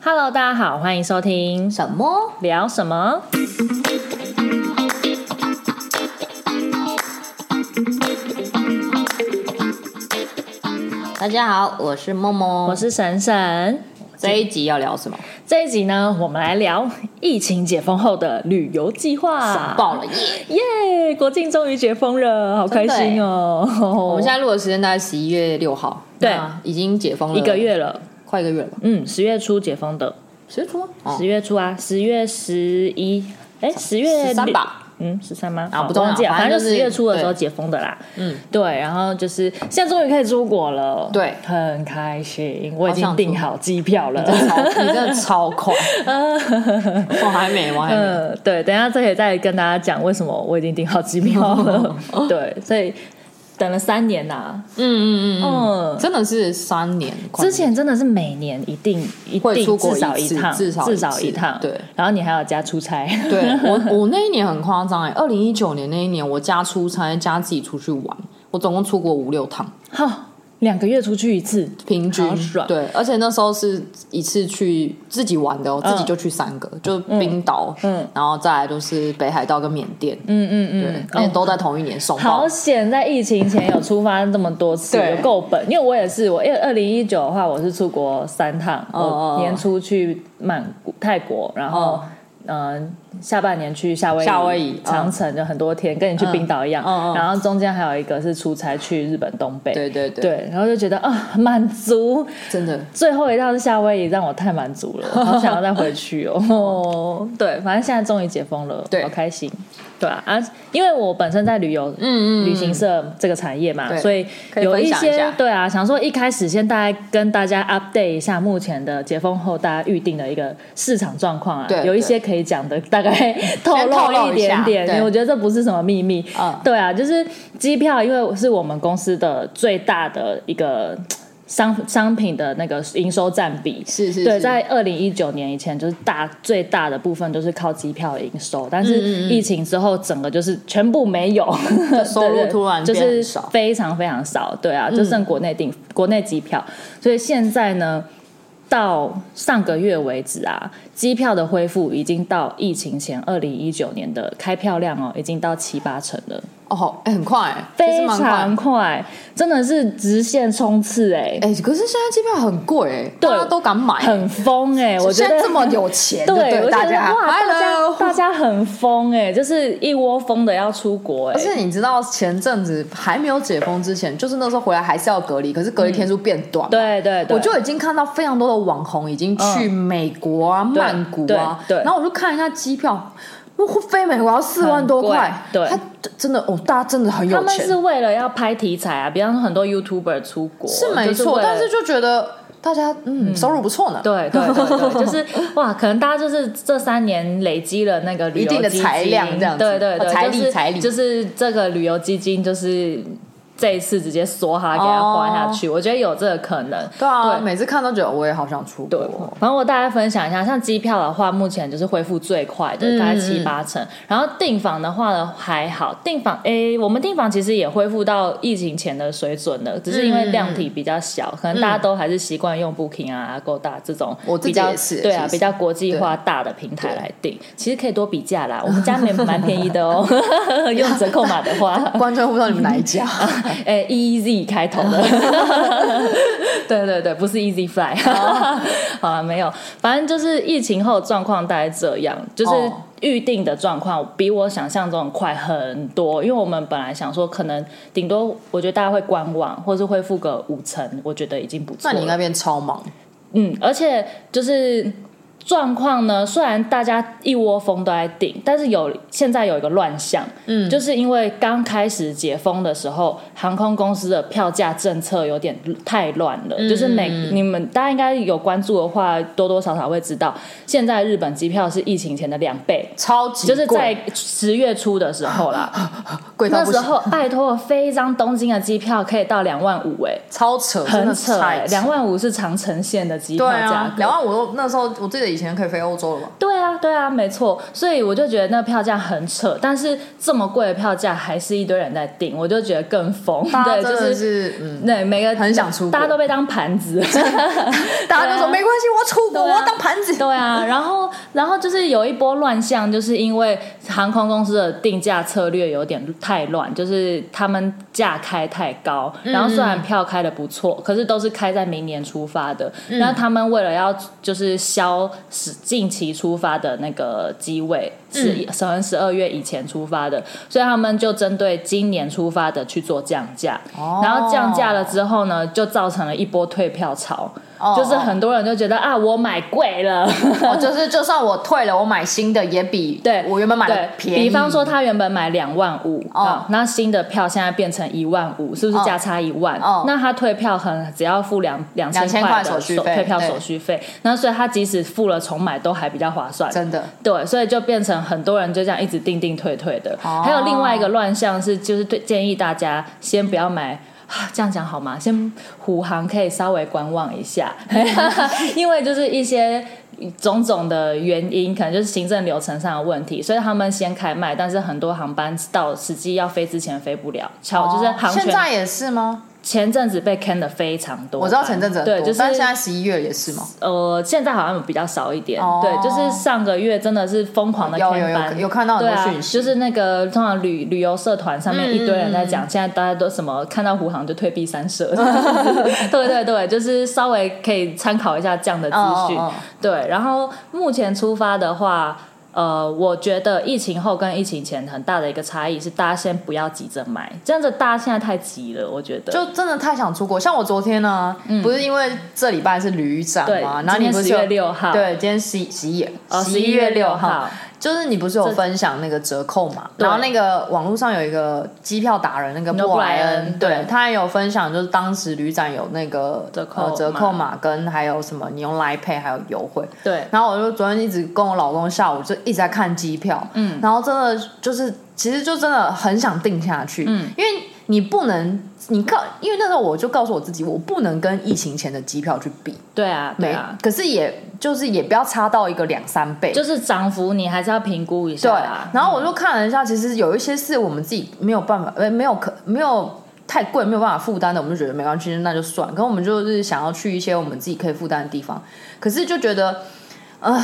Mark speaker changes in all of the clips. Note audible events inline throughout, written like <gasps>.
Speaker 1: Hello，大家好，欢迎收听
Speaker 2: 什么？
Speaker 1: 聊什么？
Speaker 2: 大家好，我是默默。
Speaker 1: 我是沈沈。
Speaker 2: 这一集要聊什么？
Speaker 1: 这一集呢，我们来聊疫情解封后的旅游计划
Speaker 2: 爽。爆了耶！
Speaker 1: 耶国境终于解封了，好开心哦！
Speaker 2: 我们现在录的时间大概十一月六号，
Speaker 1: 对
Speaker 2: 那已经解封了
Speaker 1: 一个，月了，
Speaker 2: 快一个月了吧？
Speaker 1: 嗯，十月初解封的，
Speaker 2: 十月初吗？哦
Speaker 1: 十月初啊，十月十一，哎，十月
Speaker 2: 13
Speaker 1: 六
Speaker 2: 哦吧。
Speaker 1: 嗯，十三吗？
Speaker 2: 啊
Speaker 1: 好
Speaker 2: 不重要
Speaker 1: 忘记了，
Speaker 2: 反
Speaker 1: 反正
Speaker 2: 正就
Speaker 1: 就是十月初的时候
Speaker 2: 对
Speaker 1: 解封的啦。
Speaker 2: 嗯，
Speaker 1: 对，然后就是现在终于可以出国了，
Speaker 2: 对
Speaker 1: 很开心，我已
Speaker 2: 好
Speaker 1: 经
Speaker 2: 想
Speaker 1: 订
Speaker 2: 出
Speaker 1: 好机票了。
Speaker 2: 真的超，你真的超 <laughs> 快！我还没，我还没。
Speaker 1: 嗯，对，等一下这可以再跟大家讲为什么我已经订好机票
Speaker 2: <laughs>
Speaker 1: 了。对，所以等了三年呐、
Speaker 2: 嗯嗯嗯
Speaker 1: 嗯
Speaker 2: 嗯，，真的是三年快
Speaker 1: 之前真的是每年一定一
Speaker 2: 会
Speaker 1: 定
Speaker 2: 出国
Speaker 1: 至少
Speaker 2: 一次
Speaker 1: 趟，
Speaker 2: 至少
Speaker 1: 至
Speaker 2: 一
Speaker 1: 少
Speaker 2: 次
Speaker 1: 一趟。
Speaker 2: 对，
Speaker 1: 然后你还要加出差。
Speaker 2: 对我，我 <laughs> 那一年很夸张哎，二零一九年那一年，我加出差加自己出去玩，我总共出国五六趟，
Speaker 1: <laughs> 好，两个月出去一次，
Speaker 2: 平均
Speaker 1: 好爽
Speaker 2: 对，而且那时候是一次去自己玩的哦，
Speaker 1: 嗯
Speaker 2: 自己就去三个，就冰岛，
Speaker 1: 嗯
Speaker 2: 然后再来就是北海道跟缅甸，
Speaker 1: 嗯嗯嗯，
Speaker 2: 对，那、都在同一年送到
Speaker 1: 好。险，在疫情前有出发这么多次，
Speaker 2: 对
Speaker 1: 有够本。因为我也是，我因为二零一九的话，我是出国三趟，
Speaker 2: 哦
Speaker 1: 我年初去曼谷、泰国，然后
Speaker 2: 哦
Speaker 1: 嗯、下半年去夏威夷、
Speaker 2: 夏威夷嗯
Speaker 1: 长城，就很多天，跟你去冰岛一样。
Speaker 2: 嗯嗯嗯
Speaker 1: 然后中间还有一个是出差去日本东北，
Speaker 2: 对对对，
Speaker 1: 对，然后就觉得啊，满足。
Speaker 2: 真的
Speaker 1: 最后一趟是夏威夷，让我太满足 <laughs> 了，好想要再回去 <laughs> 哦。对，反正现在终于解封了，
Speaker 2: 对
Speaker 1: 好开心。对啊，啊，因为我本身在旅游，嗯嗯，旅行社这个产业嘛，
Speaker 2: 对
Speaker 1: 所以
Speaker 2: 可以
Speaker 1: 有
Speaker 2: 分享一
Speaker 1: 些
Speaker 2: 下
Speaker 1: 对啊，想说一开始先大概跟大家 update 一下目前的解封后大家预定的一个市场状况啊，
Speaker 2: 对
Speaker 1: 有一些可以讲的，大概 <laughs> 透
Speaker 2: 透
Speaker 1: 露
Speaker 2: 露
Speaker 1: 一
Speaker 2: 一
Speaker 1: 点
Speaker 2: 下
Speaker 1: 点，因
Speaker 2: 对
Speaker 1: 为我觉得这不是什么秘密，
Speaker 2: 嗯
Speaker 1: 对啊，就是机票，因为是我们公司的最大的一个商商品的那个营收占比，
Speaker 2: 是是
Speaker 1: 对，
Speaker 2: 是
Speaker 1: 在二零一九年以前，就是大最大的部分都是靠机票营收，但
Speaker 2: 嗯
Speaker 1: 是疫情之后，整个就是全部没
Speaker 2: <laughs>
Speaker 1: 有，
Speaker 2: 收入
Speaker 1: 对对
Speaker 2: 突然
Speaker 1: 就
Speaker 2: 变
Speaker 1: 是
Speaker 2: 很少嗯
Speaker 1: 非常非常少，对啊，就剩国内订、国内机票，所以现在呢。到上个月为止啊，机票的恢复已经到疫情前二零一九年的开票量哦，已经到七八成了，
Speaker 2: 哦，好哎、很快、欸，其实
Speaker 1: 非
Speaker 2: 蛮快。
Speaker 1: 常快，真的是直线冲刺哎、
Speaker 2: 哎、可是现在机票很贵哎、
Speaker 1: 对
Speaker 2: 大家都敢买、
Speaker 1: 很疯哎、
Speaker 2: <laughs>
Speaker 1: 我觉
Speaker 2: 现
Speaker 1: 得
Speaker 2: 在这么有钱，
Speaker 1: 对，
Speaker 2: 对
Speaker 1: 我觉
Speaker 2: 不大
Speaker 1: 得
Speaker 2: 家
Speaker 1: 哇，大家
Speaker 2: Hello
Speaker 1: 大家很疯哎、就是一窝蜂的要出国哎、
Speaker 2: 而且你知道，前阵子还没有解封之前，就是那时候回来还是要隔离，可是隔离天数变短、嘛
Speaker 1: 对对对，
Speaker 2: 我就已经看到非常多的网红已经去美国啊、
Speaker 1: 对
Speaker 2: 曼谷啊，
Speaker 1: 对对
Speaker 2: 然后我就看一下机票，我飞美国要四万多块
Speaker 1: 很，贵对
Speaker 2: 他真的哦，大家真的很
Speaker 1: 他
Speaker 2: 有
Speaker 1: 们
Speaker 2: 钱
Speaker 1: 是，为了要拍题材啊，比方说很多 YouTuber 出国
Speaker 2: 是没
Speaker 1: 就
Speaker 2: 错，
Speaker 1: 为了
Speaker 2: 但是就觉得大家嗯收入不错呢，
Speaker 1: 对对对
Speaker 2: <laughs>
Speaker 1: 对，就是哇，可能大家就是这三年累积了那个旅游
Speaker 2: 一定的
Speaker 1: 基金
Speaker 2: 财量这样子
Speaker 1: 对对对，
Speaker 2: 哦财力
Speaker 1: 就是
Speaker 2: 财力
Speaker 1: 就是这个旅游基金就是这一次直接梭哈给它花下
Speaker 2: 哦
Speaker 1: 去，我觉得有这个可能。
Speaker 2: 对啊，
Speaker 1: 对
Speaker 2: 每次看都觉得我也好想出
Speaker 1: 对
Speaker 2: 国，，
Speaker 1: 反正我大概分享一下，像机票的话，目前就是恢复最快的，大概七八成。
Speaker 2: 嗯
Speaker 1: 然后订房的话呢，还好，订房诶、我们订房其实也恢复到疫情前的水准了，只是因为量体比较小，可能大家都还是习惯用 Booking 啊、Agoda 这种
Speaker 2: 嗯我自己
Speaker 1: 比较
Speaker 2: 也是
Speaker 1: 对啊
Speaker 2: 其实
Speaker 1: 比较国际化大的平台来订，其实可以多比价
Speaker 2: <laughs>
Speaker 1: 啦。我们家蛮蛮便宜的哦， <laughs> 用折扣码的
Speaker 2: <laughs>
Speaker 1: 话。 <laughs>
Speaker 2: 观众不知道你们哪一家，
Speaker 1: 哎、e a s y 开头
Speaker 2: <laughs>
Speaker 1: 的，对对对，不是 Easy Fly，好
Speaker 2: 哦
Speaker 1: <laughs> 了没有，反正就是疫情后的状况大概这样，就是
Speaker 2: 哦
Speaker 1: 预定的状况比我想象中快很多，因为我们本来想说可能顶多我觉得大家会观望，或是恢复个五成，我觉得已经不错
Speaker 2: 那
Speaker 1: 了。
Speaker 2: 你应该变超忙，
Speaker 1: 嗯，而且就是状况呢，虽然大家一窝蜂都在订，但是有现在有一个乱象，嗯，就是因为刚开始解封的时候，航空公司的票价政策有点太乱了，就是每你们大家应该有关注的话，多多少少会知道，现在日本机票是疫情前的两倍。
Speaker 2: 超级
Speaker 1: 就是
Speaker 2: 贵
Speaker 1: 在十月初的时候啦，
Speaker 2: 贵到
Speaker 1: 那
Speaker 2: 不
Speaker 1: 时
Speaker 2: 行，
Speaker 1: 候拜托，飞一张东京的机票可以到两万五，哎，
Speaker 2: 超扯，真
Speaker 1: 很
Speaker 2: 的
Speaker 1: 扯
Speaker 2: 太
Speaker 1: 哎，两万五是长城线的机
Speaker 2: 对
Speaker 1: 票价
Speaker 2: 啊
Speaker 1: 格，，
Speaker 2: 两万五都那时候我记得以前可以飞欧洲了吧？
Speaker 1: 对啊，对啊，没错，所以我就觉得那票价很扯，但是这么贵的票价还是一堆人在订，我就觉得更疯。
Speaker 2: 大家
Speaker 1: 对，
Speaker 2: 真
Speaker 1: 就是
Speaker 2: 的是嗯，
Speaker 1: 对每个
Speaker 2: 很想出国
Speaker 1: 大家都被当盘子，
Speaker 2: 大家就说
Speaker 1: 对啊
Speaker 2: 没关系，我出国，
Speaker 1: 对啊
Speaker 2: 我要当盘
Speaker 1: 对啊，然后然后就是有一波乱象，就是因为航空公司的定价策略有点太乱，就是他们价开太高，然后虽然票开的不错，可是都是开在明年出发的，那他们为了要就是消使近期出发的那个机位。是可能十二月以前出发的，所以他们就针对今年出发的去做降价，
Speaker 2: 哦
Speaker 1: 然后降价了之后呢，就造成了一波退票潮，就是很多人就觉得啊，我买贵了，
Speaker 2: 哦，就是就算我退了，我买新的也比
Speaker 1: <laughs> 对
Speaker 2: 我原本买
Speaker 1: 对
Speaker 2: 的，便宜。
Speaker 1: 比方说他原本买两万五、
Speaker 2: 哦
Speaker 1: 啊，那新的票现在变成一万五，是不是价差一万？
Speaker 2: 哦
Speaker 1: 那他退票很只要付两两千
Speaker 2: 2000
Speaker 1: 块
Speaker 2: 块
Speaker 1: 的
Speaker 2: 手续费
Speaker 1: 退票
Speaker 2: 对
Speaker 1: 手续费，那所以他即使付了重买都还比较划算，
Speaker 2: 真的，
Speaker 1: 对，所以就变成很多人就这样一直定定退退的。
Speaker 2: 哦
Speaker 1: 还有另外一个乱象是，就是对建议大家先不要买。啊这样讲好吗？先虎航可以稍微观望一下， <laughs> 因为就是一些种种的原因，可能就是行政流程上的问题，所以他们先开卖，但是很多航班到实际要飞之前飞不了，巧、就是航
Speaker 2: 哦现
Speaker 1: 权
Speaker 2: 在也是吗？
Speaker 1: 前阵子被坑的非常多班，
Speaker 2: 我知道前阵子很多
Speaker 1: 对，就是
Speaker 2: 但现在十一月也是吗？
Speaker 1: 呃，现在好像比较少一点，
Speaker 2: 哦
Speaker 1: 对，就是上个月真的是疯狂的
Speaker 2: 有
Speaker 1: 开
Speaker 2: 有
Speaker 1: 班，
Speaker 2: 有有看到很
Speaker 1: 对
Speaker 2: 多
Speaker 1: 啊
Speaker 2: 讯，息
Speaker 1: 就是那个通常旅旅游社团上面一堆人在
Speaker 2: 嗯
Speaker 1: 讲，现在大家都什么看到胡航就退避三
Speaker 2: <laughs>
Speaker 1: 舍， <laughs> 对对对，就是稍微可以参考一下这样的资讯，
Speaker 2: 哦哦哦
Speaker 1: 对。然后目前出发的话。呃，我觉得疫情后跟疫情前很大的一个差异是，大家先不要急着买，这样子大家现在太急了，我觉得。
Speaker 2: 就真的太想出国。像我昨天呢、不是因为这礼拜是旅展
Speaker 1: 嗯对
Speaker 2: 嘛，，啊然后
Speaker 1: 今
Speaker 2: 你
Speaker 1: 天
Speaker 2: 不
Speaker 1: 十
Speaker 2: 是有
Speaker 1: 月六号，，
Speaker 2: 对，今天十一十一
Speaker 1: 哦，
Speaker 2: 十
Speaker 1: 十
Speaker 2: 一
Speaker 1: 一
Speaker 2: 月
Speaker 1: 月
Speaker 2: 六
Speaker 1: 六
Speaker 2: 号
Speaker 1: 号，，
Speaker 2: 就是你不是有分享那个折扣嘛？
Speaker 1: 对
Speaker 2: 然后那个网络上有一个机票达人，那个
Speaker 1: 那
Speaker 2: 布莱
Speaker 1: 布莱
Speaker 2: 恩，
Speaker 1: 恩
Speaker 2: 对
Speaker 1: 对
Speaker 2: 他也有分享，就是当时旅展有那个
Speaker 1: 折扣
Speaker 2: 呃折扣
Speaker 1: 码
Speaker 2: 码，跟还有什么你用来配还有优惠。
Speaker 1: 对，
Speaker 2: 然后我就昨天一直跟我老公下午就一直在看机票，嗯，然后真的就是其实就真的很想定下去，嗯，因为你不能你告，因为那时候我就告诉我自己，我不能跟疫情前的机票去比，
Speaker 1: 对啊，对
Speaker 2: 没，
Speaker 1: 啊，
Speaker 2: 可是也就是也不要差到一个两三倍，
Speaker 1: 就是涨幅你还是要评估一
Speaker 2: 对
Speaker 1: 下啦。
Speaker 2: 然后我就看了一下，其实有一些是我们自己没有办法，呃，没有可没有。太贵没有办法负担的，我们就觉得没关系，那就算。可我们就是想要去一些我们自己可以负担的地方，可是就觉得，呃，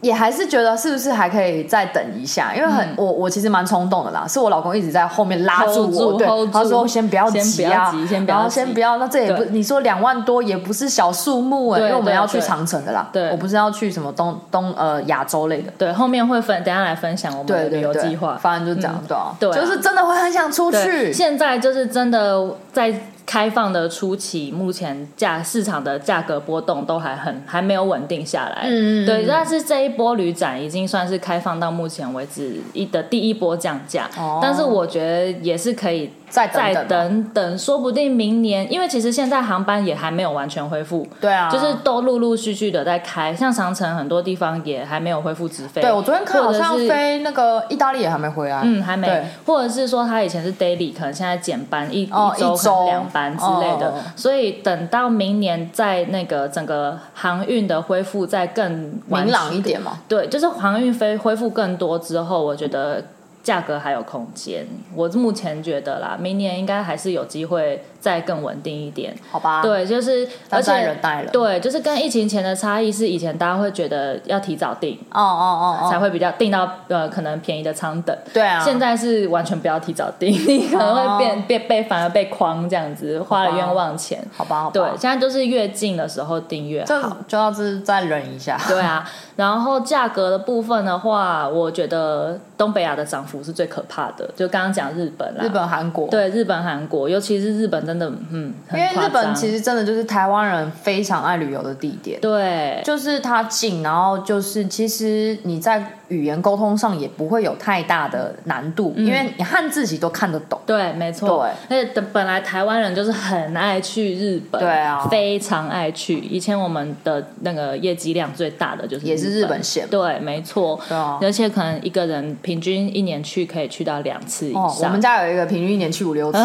Speaker 2: 也还是觉得是不是还可以再等一下？因为
Speaker 1: 嗯
Speaker 2: 很、我我其实蛮冲动的啦，是我老公一直在后面拉住
Speaker 1: Hold
Speaker 2: 我，
Speaker 1: 住
Speaker 2: 对
Speaker 1: hold，
Speaker 2: 他说
Speaker 1: 住
Speaker 2: 先不要
Speaker 1: 先
Speaker 2: 急
Speaker 1: 不要
Speaker 2: 啊，
Speaker 1: 急先不
Speaker 2: 然
Speaker 1: 要
Speaker 2: 后先
Speaker 1: 急
Speaker 2: 不要，那这也不
Speaker 1: 对
Speaker 2: 你说两万多也不是小数目哎、
Speaker 1: 对
Speaker 2: 因为我们
Speaker 1: 对
Speaker 2: 要去
Speaker 1: 对
Speaker 2: 长城的啦，
Speaker 1: 对
Speaker 2: 我不是要去什么东东呃亚洲类的。
Speaker 1: 对，后面会分，等一下来分享我们
Speaker 2: 对
Speaker 1: 的
Speaker 2: 对
Speaker 1: 旅游
Speaker 2: 对，
Speaker 1: 计划。
Speaker 2: 反正就这样，对啊，
Speaker 1: 对啊
Speaker 2: 就是真的会很想出
Speaker 1: 对，
Speaker 2: 去。
Speaker 1: 现在就是真的在开放的初期，目前价市场的价格波动都还很还没有稳定下来。
Speaker 2: 嗯嗯嗯
Speaker 1: 对，但是这一波旅展已经算是开放到目前为止一的第一波降价，
Speaker 2: 哦
Speaker 1: 但是我觉得也是可以
Speaker 2: 再等
Speaker 1: 再
Speaker 2: 等哦吧
Speaker 1: 等等，说不定明年，因为其实现在航班也还没有完全恢复。
Speaker 2: 对啊，
Speaker 1: 就是都陆陆续续的在开，像长城很多地方也还没有恢复直飞。
Speaker 2: 对我昨天看好像
Speaker 1: 或者是
Speaker 2: 飞那个意大利也还没回来，
Speaker 1: 嗯，还没
Speaker 2: 对，
Speaker 1: 或者是说他以前是 daily，可能现在减班一、
Speaker 2: 哦
Speaker 1: 一周
Speaker 2: 一
Speaker 1: 可能
Speaker 2: 周
Speaker 1: 两班之类的，
Speaker 2: 哦哦哦
Speaker 1: 所以等到明年在那个整个航运的恢复再更完
Speaker 2: 明朗一点嘛。
Speaker 1: 对，就是航运飞恢复更多之后，我觉得价格还有空间。我目前觉得啦，明年应该还是有机会再更稳定一点。
Speaker 2: 好吧，，
Speaker 1: 嗯对，就是而
Speaker 2: 而且
Speaker 1: 且
Speaker 2: 忍耐了，
Speaker 1: 对，就是跟疫情前的差异是，以前大家会觉得要提早订。
Speaker 2: 哦哦哦
Speaker 1: 才
Speaker 2: 哦，
Speaker 1: 会比较订到呃可能便宜的舱等，
Speaker 2: 对啊，
Speaker 1: 现在是完全不要提早订， <laughs> 你可能会
Speaker 2: 哦
Speaker 1: 变变被反而被框这样子，花了冤枉钱。
Speaker 2: 好吧好吧，
Speaker 1: 对，现在就是越近的时候订越
Speaker 2: 这
Speaker 1: 好。
Speaker 2: 就要是再忍一下，
Speaker 1: 对啊，然后价格的部分的话，我觉得东北亚的涨幅是最可怕的，就刚刚讲日本啦，
Speaker 2: 日本韩国，
Speaker 1: 对日本、韩国，尤其是日本，真的嗯，
Speaker 2: 因为日本其
Speaker 1: 实
Speaker 2: 实真的就是台湾人非常爱旅游的地点。
Speaker 1: 对
Speaker 2: 就是它近，然后就是其实你在语言沟通上也不会有太大的难度，因为你汉字其实都看得懂。
Speaker 1: 对，没嗯错。
Speaker 2: 对，
Speaker 1: 而且本来台湾人就是很爱去日本，
Speaker 2: 对啊
Speaker 1: 非常爱去。以前我们的那个业绩量最大的就是
Speaker 2: 也是日本线嘛
Speaker 1: 对，没错。
Speaker 2: 对啊
Speaker 1: 而且可能一个人平均一年去可以去到两次以
Speaker 2: 哦，我
Speaker 1: 上。
Speaker 2: 们家有一个平均一年去五六次，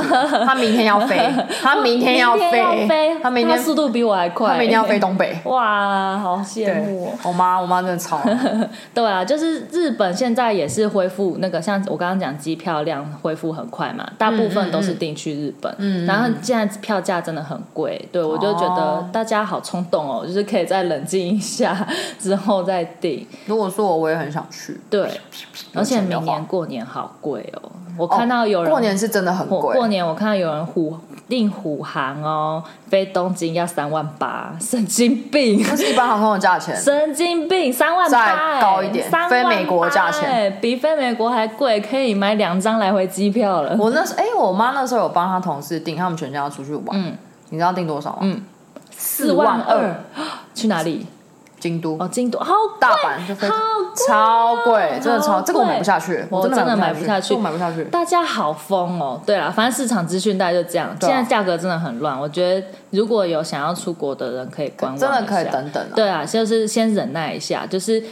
Speaker 2: 他明天要飞，他明天要
Speaker 1: 明
Speaker 2: 飞，
Speaker 1: 飞，
Speaker 2: 他明天
Speaker 1: 速度比我还快，
Speaker 2: 他明天要飞。东北。
Speaker 1: 哇，好羡慕、哦！
Speaker 2: 我妈，我妈真的超爱，
Speaker 1: 对啊，就是是日本现在也是恢复那个，像我刚刚讲机票量恢复很快嘛，大部分都是定去日本，然后现在票价真的很贵，对我就觉得
Speaker 2: 嗯哦
Speaker 1: 大家好冲动哦，就是可以再冷静一下之后再定，
Speaker 2: 如果说我，我也很想去。
Speaker 1: 对，而且明
Speaker 2: 有钱的
Speaker 1: 年
Speaker 2: 话
Speaker 1: 过年好贵哦，我看到有人
Speaker 2: 过年是真的很
Speaker 1: 我
Speaker 2: 贵，
Speaker 1: 过年我看到有人虎订虎航哦，飞东京要三万八， <laughs> 神经病！ <laughs>
Speaker 2: 那是一般航空的价钱。
Speaker 1: 神经病，三万八、欸
Speaker 2: 再高一点
Speaker 1: 三万
Speaker 2: 飞美国价钱
Speaker 1: 八欸，比飞美国还贵，可以买两张来回机票了。
Speaker 2: 我那时哎、我妈那时候有帮她同事订，他们全家要出去玩，
Speaker 1: 嗯
Speaker 2: 你知道订多少吗？
Speaker 1: 嗯四万二， <gasps> 去哪里？
Speaker 2: 京都、
Speaker 1: 哦，京都，好贵，
Speaker 2: 大阪就飞
Speaker 1: 好
Speaker 2: 超贵，真的超，
Speaker 1: 好
Speaker 2: 这个我买不
Speaker 1: 贵
Speaker 2: 下去，
Speaker 1: 我
Speaker 2: 真的
Speaker 1: 真的
Speaker 2: 买
Speaker 1: 买
Speaker 2: 不
Speaker 1: 不
Speaker 2: 下
Speaker 1: 下
Speaker 2: 去，
Speaker 1: 去
Speaker 2: 这我买不下去。
Speaker 1: 大家好疯哦！对啦，反正市场资讯大概就这样。
Speaker 2: 对啊
Speaker 1: 现在价格真的很乱，我觉得如果有想要出国的人可以观望一
Speaker 2: 真
Speaker 1: 下，
Speaker 2: 的可以等等啊
Speaker 1: 对啊，就是先忍耐一下，就是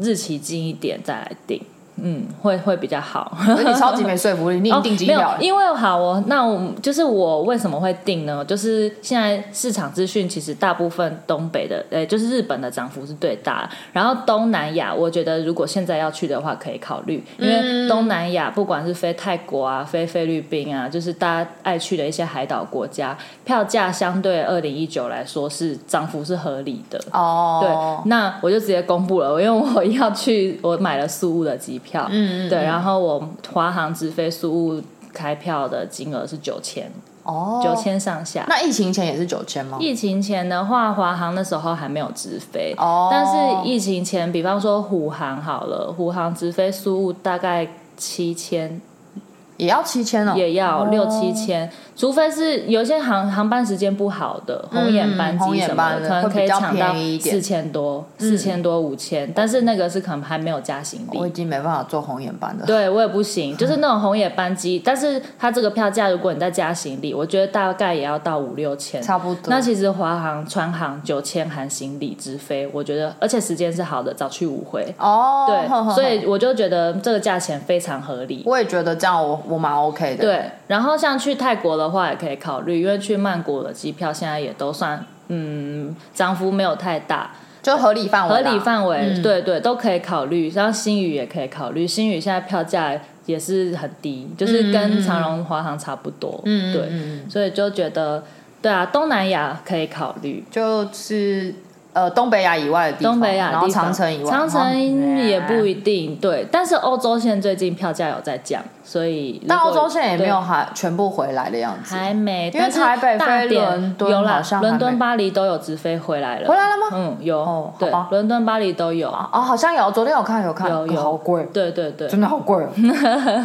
Speaker 1: 日期近一点再来定，嗯，会会比较好。哦
Speaker 2: 可是你超级没说服力，你已经订机
Speaker 1: 没有
Speaker 2: 票，了，
Speaker 1: 因为好哦，那我们就是我为什么会定呢？就是现在市场资讯其实大部分东北的，呃，就是日本的涨幅是最大，然后东南亚，我觉得如果现在要去的话可以考虑，因
Speaker 2: 嗯
Speaker 1: 为东南亚不管是飞泰国啊、飞菲律宾啊，就是大家爱去的一些海岛国家，票价相对二零一九来说是涨幅是合理的。
Speaker 2: 哦，
Speaker 1: 对，那我就直接公布了，因为我要去，我买了苏雾的机票，
Speaker 2: 嗯嗯
Speaker 1: 对，然后我华航直飞苏雾开票的金额是九千、
Speaker 2: 哦，
Speaker 1: 0九。千上下。
Speaker 2: 那疫情前也是九千吗？
Speaker 1: 疫情前的话，华航那时候还没有直飞，
Speaker 2: 哦
Speaker 1: 但是疫情前，比方说虎航好了，虎航直飞苏雾大概七千
Speaker 2: 也要七千哦，
Speaker 1: 也要
Speaker 2: 哦
Speaker 1: 六七千，除非是有些航航班时间不好的红眼班
Speaker 2: 嗯红
Speaker 1: 机
Speaker 2: 眼
Speaker 1: 什么
Speaker 2: 班
Speaker 1: 的，
Speaker 2: 的
Speaker 1: 可能可以
Speaker 2: 会
Speaker 1: 抢
Speaker 2: 比较
Speaker 1: 到
Speaker 2: 便宜一点嗯
Speaker 1: 四千多、四千多五千，但是那个是可能还没有加行
Speaker 2: 我已
Speaker 1: 李。
Speaker 2: 经没办法坐红眼班的。
Speaker 1: 对我也不行，就是那种红眼班机，但是它这个票价，如果你再加行李，我觉得大概也要到五六千。
Speaker 2: 差不多。
Speaker 1: 那其实华航、川航九千含行李直飞，我觉得，而且时间是好的，早去午回。
Speaker 2: 哦，
Speaker 1: 对，
Speaker 2: 呵呵呵
Speaker 1: 所以我就觉得这个价钱非常合理。
Speaker 2: 我也觉得这样我我蛮 OK 的。，
Speaker 1: 对，然后像去泰国的话也可以考虑，因为去曼谷的机票现在也都算，嗯，涨幅没有太大，
Speaker 2: 就合理范围
Speaker 1: 合
Speaker 2: 啦。
Speaker 1: 理范围，
Speaker 2: 嗯
Speaker 1: 对对，都可以考虑。然后新宇也可以考虑，新宇现在票价也是很低，
Speaker 2: 嗯
Speaker 1: 就是跟长荣、华航差不多，嗯对，所以就觉得，对啊，东南亚可以考虑。
Speaker 2: 就是呃东北亚以外的地方，
Speaker 1: 东北亚地
Speaker 2: 然后
Speaker 1: 方
Speaker 2: 长城以外，哦
Speaker 1: 长
Speaker 2: 然后
Speaker 1: 城也不一定对，但是欧洲线最近票价有在降，所以如
Speaker 2: 但
Speaker 1: 果
Speaker 2: 欧洲线也没
Speaker 1: 对
Speaker 2: 有还全部回来的样子，
Speaker 1: 还没，
Speaker 2: 啊因为台北
Speaker 1: 大
Speaker 2: 飞伦敦
Speaker 1: 有啦
Speaker 2: 好像，还没
Speaker 1: 伦敦、巴黎都有直飞回来了。
Speaker 2: 回来了吗？
Speaker 1: 嗯，有，
Speaker 2: 哦
Speaker 1: 对
Speaker 2: 好吧，
Speaker 1: 伦敦、巴黎都有。
Speaker 2: 哦，好像有，昨天有看有看，
Speaker 1: 有有
Speaker 2: 好贵，
Speaker 1: 对对对，
Speaker 2: 真的好
Speaker 1: <laughs>
Speaker 2: 贵哦，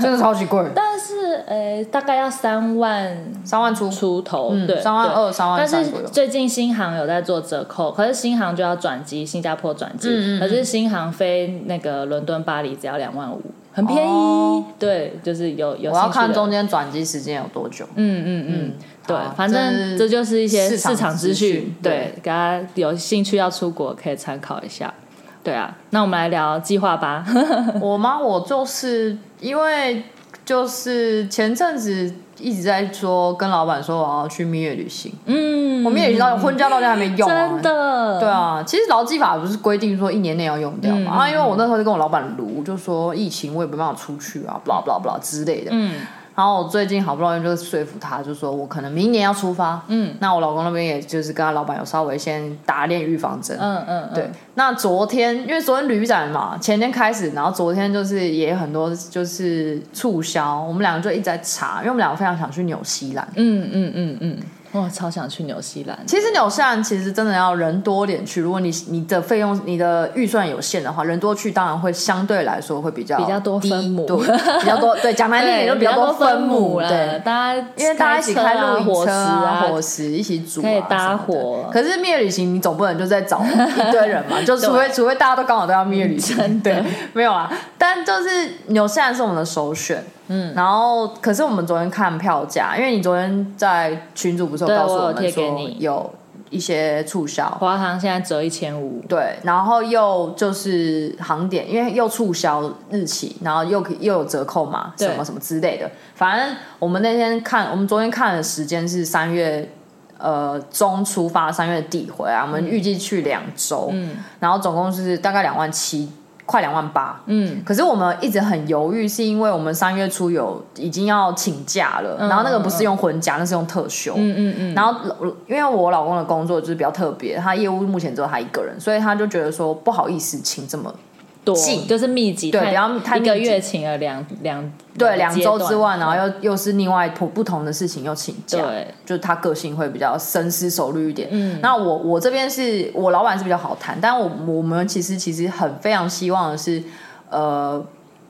Speaker 2: 真的超级贵，
Speaker 1: 但是呃，大概要三万
Speaker 2: 三万出，
Speaker 1: 出头，
Speaker 2: 嗯
Speaker 1: 对，
Speaker 2: 三万二、三
Speaker 1: 对。
Speaker 2: 万
Speaker 1: 但
Speaker 2: 三
Speaker 1: 是
Speaker 2: 左右。
Speaker 1: 最近新航有在做折扣，可是新航就要转机新加坡转
Speaker 2: 嗯
Speaker 1: 机，可是新航飞那个伦敦、巴黎只要两万五，很便宜。
Speaker 2: 哦
Speaker 1: 对，就是有有
Speaker 2: 我要
Speaker 1: 兴趣的
Speaker 2: 看
Speaker 1: 人
Speaker 2: 中间转机时间有多久，
Speaker 1: 嗯嗯嗯，对
Speaker 2: 好，
Speaker 1: 反
Speaker 2: 这是
Speaker 1: 正这就是一些
Speaker 2: 市场
Speaker 1: 市场
Speaker 2: 资
Speaker 1: 资
Speaker 2: 讯
Speaker 1: 讯，
Speaker 2: 对
Speaker 1: 对，大家有兴趣要出国可以参考一下。对啊，那我们来聊计划吧。
Speaker 2: 我吗？我就是因为就是前阵子一直在说跟老板说我要去蜜月旅行，
Speaker 1: 嗯，
Speaker 2: 我蜜月旅行到婚假到现在还没用、啊，
Speaker 1: 真的，
Speaker 2: 对啊，其实劳基法不是规定说一年内要用掉
Speaker 1: 嗯
Speaker 2: 嘛？啊，因为我那时候就跟我老板撸，就说疫情我也没办法出去啊，blah blah blah 之类的。
Speaker 1: 嗯
Speaker 2: 然后我最近好不容易就是说服他，就说我可能明年要出发。
Speaker 1: 嗯
Speaker 2: 那我老公那边也就是跟他老板有稍微先打练预防针。
Speaker 1: 嗯嗯，嗯
Speaker 2: 对，，那昨天因为昨天旅展嘛，前天开始，然后昨天就是也很多就是促销，我们两个就一直在查，因为我们两个非常想去纽西兰。
Speaker 1: 嗯嗯嗯嗯，我超想去纽西兰。
Speaker 2: 其实纽西兰其实真的要人多点去，如果你你的费用、你的预算有限的话，人多去当然会相对来说会比较
Speaker 1: 比较多
Speaker 2: 低
Speaker 1: 分母
Speaker 2: 对，比较多对，讲难听点
Speaker 1: 对
Speaker 2: 就
Speaker 1: 比
Speaker 2: 较多
Speaker 1: 分母
Speaker 2: 啦。
Speaker 1: 啦
Speaker 2: 对，，
Speaker 1: 大家
Speaker 2: 因为大家一起
Speaker 1: 车
Speaker 2: 开
Speaker 1: 啊
Speaker 2: 露营
Speaker 1: 伙
Speaker 2: 车
Speaker 1: 食啊，
Speaker 2: 伙食一起煮、啊，
Speaker 1: 可以搭
Speaker 2: 什么的
Speaker 1: 伙
Speaker 2: 可是蜜月旅行，你总不能就在找一堆人 <laughs> 嘛，就除非除非大家都刚好都要蜜月旅 <laughs> 行，对，没有啊。但就是纽西兰是我们的首选，嗯。然后，可是我们昨天看票价，因为你昨天在群组不是有
Speaker 1: 对
Speaker 2: 告诉
Speaker 1: 我有
Speaker 2: 们
Speaker 1: 贴给
Speaker 2: 说
Speaker 1: 你
Speaker 2: 有一些促销，
Speaker 1: 华航现在折一千五，
Speaker 2: 对，然后又就是航点，因为又促销日期，然后又可又有折扣嘛，
Speaker 1: 对
Speaker 2: 什么什么之类的。反正我们那天看，我们昨天看的时间是三月呃中出啊发，三月底回来，我们预计去两周，然后总共是大概两万七快两万八，
Speaker 1: 嗯，
Speaker 2: 可是我们一直很犹豫，是因为我们三月初有已经要请假了，然后那个不是用婚假，那是用特休，
Speaker 1: 嗯嗯嗯，
Speaker 2: 然后因为我老公的工作就是比较特别，他业务目前只有他一个人，所以他就觉得说不好意思请这么
Speaker 1: 多
Speaker 2: 近
Speaker 1: 就是密集，
Speaker 2: 对
Speaker 1: 太
Speaker 2: 不要太
Speaker 1: 一个
Speaker 2: 密集
Speaker 1: 月请了两两
Speaker 2: 对两
Speaker 1: 阶
Speaker 2: 周
Speaker 1: 段
Speaker 2: 之外，然后又又是另外不不同的事情又请假，
Speaker 1: 对，
Speaker 2: 就是他个性会比较深思熟虑一点。
Speaker 1: 嗯
Speaker 2: 那我我这边是我老板是比较好谈，但我我们其实其实很非常希望的是，呃，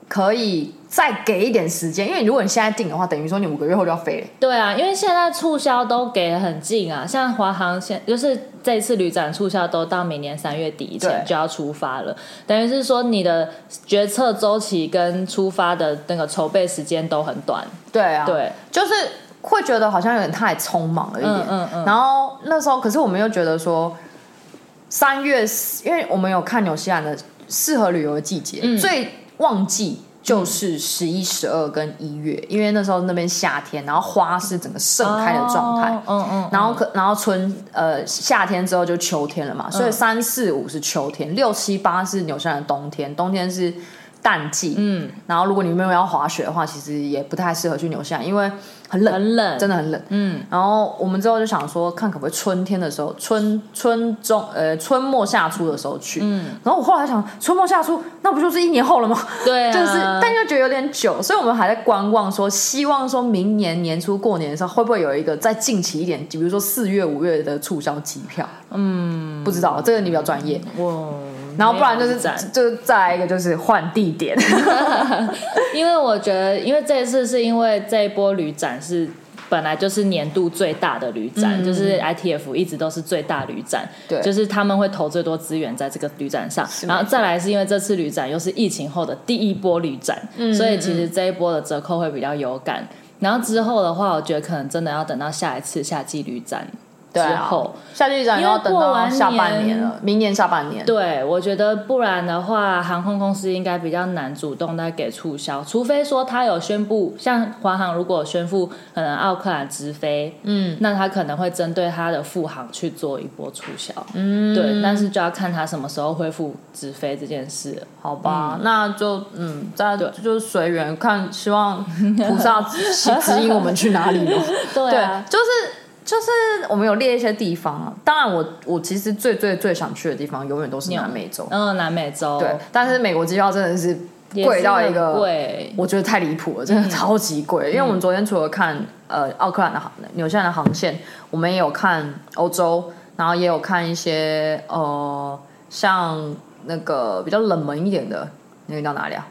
Speaker 2: 可以再给一点时间，因为如果你现在定的话，等于说你五个月后就要飞了。
Speaker 1: 对啊，因为现在促销都给得很近啊，像华航现就是这一次旅展促销都到明年三月底以前
Speaker 2: 对
Speaker 1: 就要出发了，等于是说你的决策周期跟出发的那个筹备时间都很短，
Speaker 2: 对啊，，
Speaker 1: 对，
Speaker 2: 就是会觉得好像有点太匆忙了一点。
Speaker 1: 嗯嗯嗯
Speaker 2: 然后那时候，可是我们又觉得说，三月，因为我们有看纽西兰的适合旅游的季节，
Speaker 1: 嗯
Speaker 2: 最旺季。就是十一、十二跟一月，因为那时候那边夏天，然后花是整个盛开的状态，
Speaker 1: 哦嗯嗯，
Speaker 2: 然后可然后春呃夏天之后就秋天了嘛，所以
Speaker 1: 嗯
Speaker 2: 三四五是秋天，六七八是纽西兰的冬天，冬天是淡季，
Speaker 1: 嗯，
Speaker 2: 然后如果你没有要滑雪的话，其实也不太适合去纽西兰，因为很冷，
Speaker 1: 很冷，
Speaker 2: 真
Speaker 1: 的，
Speaker 2: 的很冷。
Speaker 1: 嗯
Speaker 2: 然后我们之后就想说，看可不可以春天的时候，春春中呃春末夏初的时候去。
Speaker 1: 嗯，
Speaker 2: 然后我后来想，春末夏初那不就是一年后了吗？
Speaker 1: 对啊，
Speaker 2: 就是，但就觉得有点久，所以我们还在观望说希望说明年年初过年的时候，会不会有一个再近期一点，比如说四月、五月的促销机票？嗯，不知道，这个你比较专业。
Speaker 1: 我
Speaker 2: 然后不然就是
Speaker 1: 没有展
Speaker 2: 就是再来一个就是换地点，
Speaker 1: 因为我觉得，因为这一次是因为这一波旅展是本来就是年度最大的旅展，就是 ITF 一直都是最大旅展，
Speaker 2: 嗯对
Speaker 1: 就是他们会投最多资源在这个旅展上。然后再来是因为这次旅展又是疫情后的第一波旅展，
Speaker 2: 嗯
Speaker 1: 所以其实这一波的折扣会比较有感。然后之后的话，我觉得可能真的要等到下一次夏季旅展之
Speaker 2: 对啊
Speaker 1: 后。
Speaker 2: 下去展
Speaker 1: 因为
Speaker 2: 要等
Speaker 1: 过
Speaker 2: 到
Speaker 1: 完
Speaker 2: 下半
Speaker 1: 年
Speaker 2: 年了，明年下半年。
Speaker 1: 对，我觉得不然的话，航空公司应该比较难主动在给促销，除非说他有宣布，像华航如果有宣布可能奥克兰直飞，
Speaker 2: 嗯，
Speaker 1: 那他可能会针对他的副航去做一波促销，嗯，对，但是就要看他什么时候恢复直飞这件事了。
Speaker 2: 好吧，啊那就嗯，再就是随缘看，希望菩萨指指引我们去哪里 <laughs> 咯。
Speaker 1: 对
Speaker 2: 对
Speaker 1: 啊，，
Speaker 2: 就是就是我们有列一些地方啊。当然我，我其实最最最想去的地方永远都是南美洲。
Speaker 1: 嗯，南美洲
Speaker 2: 对，但是美国机票真的是
Speaker 1: 也
Speaker 2: 贵
Speaker 1: 是
Speaker 2: 到
Speaker 1: 很
Speaker 2: 一个，
Speaker 1: 贵，
Speaker 2: 我觉得太离谱了，真
Speaker 1: 嗯
Speaker 2: 的超级贵。因为我们昨天除了看呃奥克兰的航纽西兰的航线，我们也有看欧洲，然后也有看一些呃像那个比较冷门一点的，那个叫哪里啊？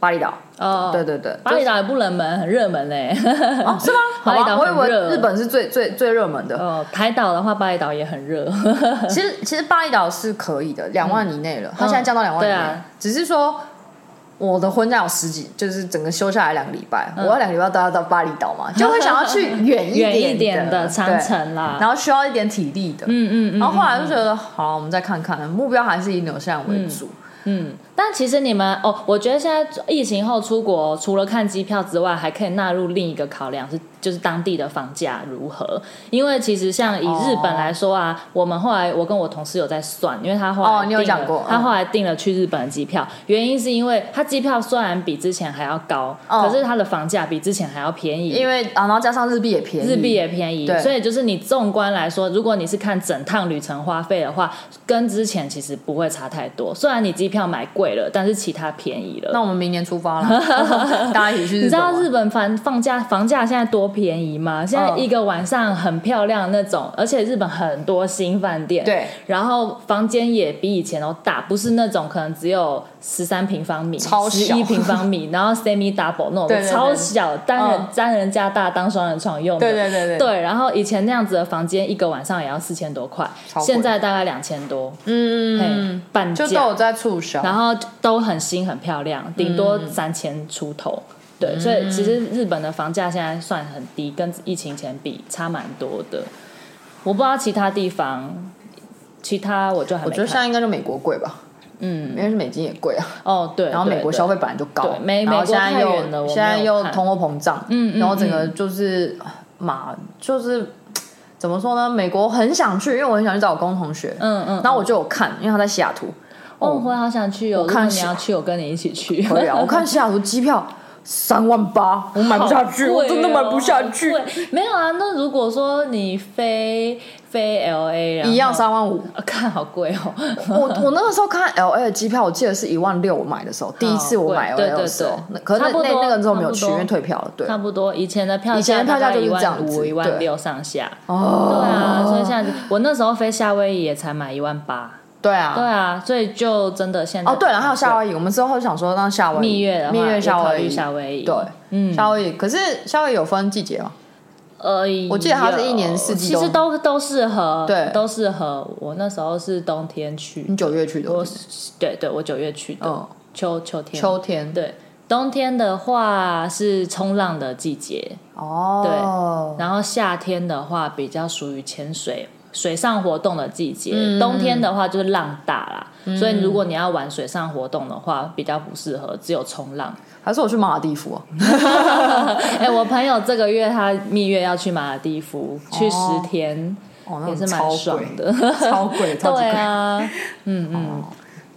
Speaker 2: 巴厘岛。
Speaker 1: 哦，
Speaker 2: 对对对，
Speaker 1: 巴厘岛也不冷门，很热门
Speaker 2: <laughs>
Speaker 1: 嘞。
Speaker 2: 哦是吗？好
Speaker 1: 巴厘
Speaker 2: 吧，
Speaker 1: 岛
Speaker 2: 我以
Speaker 1: 很
Speaker 2: 为
Speaker 1: 热
Speaker 2: 日本是最最最热门的。
Speaker 1: 哦， <laughs> 台岛的话，巴厘岛也很热。
Speaker 2: 其实其实巴厘岛是可以的，两万以内了，它现在降到两万以
Speaker 1: 嗯
Speaker 2: 内，
Speaker 1: 对啊
Speaker 2: 只是说。我的婚假有十几，就是整个休下来两个礼拜，
Speaker 1: 嗯
Speaker 2: 我要两个礼拜都要到巴厘
Speaker 1: <laughs>
Speaker 2: 岛嘛，就会想要去远一
Speaker 1: 远一
Speaker 2: 点
Speaker 1: 点的长
Speaker 2: 对哦
Speaker 1: 城啦。
Speaker 2: 然后需要一点体力的。
Speaker 1: 嗯嗯嗯
Speaker 2: 然后后来就觉得，好，我们再看看，目标还是以纽西兰为主。
Speaker 1: 嗯，但其实你们哦，我觉得现在疫情后出国，除了看机票之外，还可以纳入另一个考量是，就是当地的房价如何。因为其实像以日本来说啊，我们后来我跟我同事有在算，因为他后来
Speaker 2: 哦你有
Speaker 1: 订了
Speaker 2: 讲过
Speaker 1: 他
Speaker 2: 嗯
Speaker 1: 后来订了去日本的机票，原因是因为他机票虽然比之前还要高，
Speaker 2: 哦
Speaker 1: 可是他的房价比之前还要便宜，
Speaker 2: 因为啊，然后加上日币也便宜，
Speaker 1: 日币也便宜
Speaker 2: 对，
Speaker 1: 所以就是你纵观来说，如果你是看整趟旅程花费的话，跟之前其实不会差太多。虽然你机票买贵了，但是其他便宜了。
Speaker 2: 那我们明年出发
Speaker 1: <laughs>
Speaker 2: 了，大家一起去
Speaker 1: 你知
Speaker 2: 日本玩。
Speaker 1: 道日本房放假房价现在多便宜吗？现在一个晚上很漂亮那种，而且日本很多新饭店，
Speaker 2: 对，
Speaker 1: 然后房间也比以前都哦大，不是那种可能只有十三平方米、
Speaker 2: 超
Speaker 1: 十
Speaker 2: 小
Speaker 1: 一平方米，然后 semi double 那种
Speaker 2: <laughs> 对对对
Speaker 1: 超小单人
Speaker 2: 嗯
Speaker 1: 单人加大当双人床用的，
Speaker 2: 对对对对
Speaker 1: 对，然后以前那样子的房间一个晚上也要四千多块，
Speaker 2: 超贵
Speaker 1: 现在大概两千多，嗯，半价
Speaker 2: 就都有在促销，
Speaker 1: 然后都很新很漂亮，顶多
Speaker 2: 嗯
Speaker 1: 三千出头。对，所以其实日本的房价现在算很低，跟疫情前比差蛮多的。我不知道其他地方，其他我就还
Speaker 2: 我
Speaker 1: 没
Speaker 2: 觉得现
Speaker 1: 看。
Speaker 2: 在应该就美国贵吧，
Speaker 1: 嗯，
Speaker 2: 因为美金也贵啊。
Speaker 1: 哦对，
Speaker 2: 然后美
Speaker 1: 对
Speaker 2: 国
Speaker 1: 对
Speaker 2: 消费本来就高
Speaker 1: 对，美
Speaker 2: 然后
Speaker 1: 美国
Speaker 2: 现在
Speaker 1: 太远了我
Speaker 2: 又
Speaker 1: 没有
Speaker 2: 现在又
Speaker 1: 看
Speaker 2: 通货膨胀，
Speaker 1: 嗯嗯
Speaker 2: 然后整个就是嘛，就是怎么说呢？美国很想去，因为我很想去找我公同学，
Speaker 1: 嗯嗯，
Speaker 2: 然后我就有看，因为他在西雅图，
Speaker 1: 哦，我好想去哦！如果
Speaker 2: 看
Speaker 1: 你
Speaker 2: 下
Speaker 1: 要去，我跟你一起去。
Speaker 2: 可以啊，我看西雅图机票三万八，我买不下去，
Speaker 1: 好
Speaker 2: 我
Speaker 1: 贵哦
Speaker 2: 真的买不下去
Speaker 1: 好，贵没有啊，那如果说你飞飞 L A，
Speaker 2: 一样，三万五。
Speaker 1: 啊看好贵哦。 <laughs>
Speaker 2: 我我那个时候看 L A 的机票，我记得是一万六，我买的时候，第一次我买 L
Speaker 1: 对
Speaker 2: A
Speaker 1: 对
Speaker 2: 的时候
Speaker 1: 嗯对，
Speaker 2: 那可是那
Speaker 1: 差不
Speaker 2: 那
Speaker 1: 多
Speaker 2: 那个时候没有去，
Speaker 1: 差不多
Speaker 2: 因为退票了。对，
Speaker 1: 差不多，以前的票
Speaker 2: 以前的票价就是这样子
Speaker 1: 五、一万
Speaker 2: 对
Speaker 1: 六上下。对
Speaker 2: 哦，
Speaker 1: 啊，所以现在我那时候飞夏威夷也才买一万八。
Speaker 2: 对
Speaker 1: 对
Speaker 2: 啊，
Speaker 1: 啊，所以就真的现在
Speaker 2: 哦对了，还有夏威夷，我们之后想说让夏威夷
Speaker 1: 蜜月的话，
Speaker 2: 蜜月夏
Speaker 1: 也考
Speaker 2: 威
Speaker 1: 虑
Speaker 2: 夷，
Speaker 1: 夏威夷。
Speaker 2: 对，
Speaker 1: 嗯，
Speaker 2: 夏威夷。可是夏威夷有分季节吗？
Speaker 1: 呃，
Speaker 2: 我记得它是一年四季
Speaker 1: 有
Speaker 2: 都
Speaker 1: 其实都都适合，
Speaker 2: 对
Speaker 1: 都适合。我那时候是冬天去，
Speaker 2: 你九月去的，
Speaker 1: 我对对，我九月去的，
Speaker 2: 嗯，
Speaker 1: 秋秋天，
Speaker 2: 秋天。
Speaker 1: 对。冬天的话是冲浪的季节，
Speaker 2: 哦，
Speaker 1: 然后夏天的话比较属于潜水、水上活动的季节。
Speaker 2: 嗯
Speaker 1: 冬天的话就是浪大啦，所以如果你要玩水上活动的话，比较不适合，只有冲浪。 <laughs>
Speaker 2: 还是我去马尔地夫啊？
Speaker 1: 哎、我朋友这个月他蜜月要去马尔地夫，去十
Speaker 2: 哦
Speaker 1: 天，
Speaker 2: 哦，那
Speaker 1: 也是
Speaker 2: 种
Speaker 1: 蛮
Speaker 2: 超
Speaker 1: 爽
Speaker 2: 贵，
Speaker 1: 的。 <laughs>
Speaker 2: 超贵，超级
Speaker 1: 对
Speaker 2: 贵。哦
Speaker 1: 啊，嗯嗯，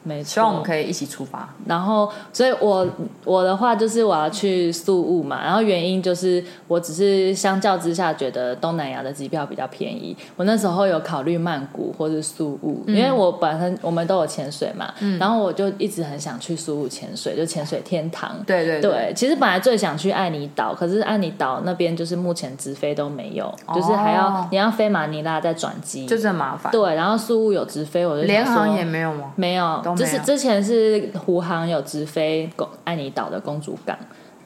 Speaker 1: 没
Speaker 2: 希望我们
Speaker 1: 错。
Speaker 2: 可以一起出发。
Speaker 1: 然后，所以我我的话就是我要去宿务嘛，然后原因就是我只是相较之下觉得东南亚的机票比较便宜。我那时候有考虑曼谷或是宿务，因
Speaker 2: 嗯
Speaker 1: 为我本身我们都有潜水嘛，然后我就一直很想去宿务潜水，就潜水天堂。
Speaker 2: 对对对，
Speaker 1: 对，其实本来最想去爱尼岛，可是爱尼岛那边就是目前直飞都没有，就是还要你要飞马尼拉再转机，
Speaker 2: 哦就是很麻烦。
Speaker 1: 对，然后苏务有直飞，我就
Speaker 2: 联
Speaker 1: 想说
Speaker 2: 航也没有吗？
Speaker 1: 没有
Speaker 2: 都，没
Speaker 1: 就
Speaker 2: 有
Speaker 1: 是之前是湖航有直飞公爱尼岛的公主港，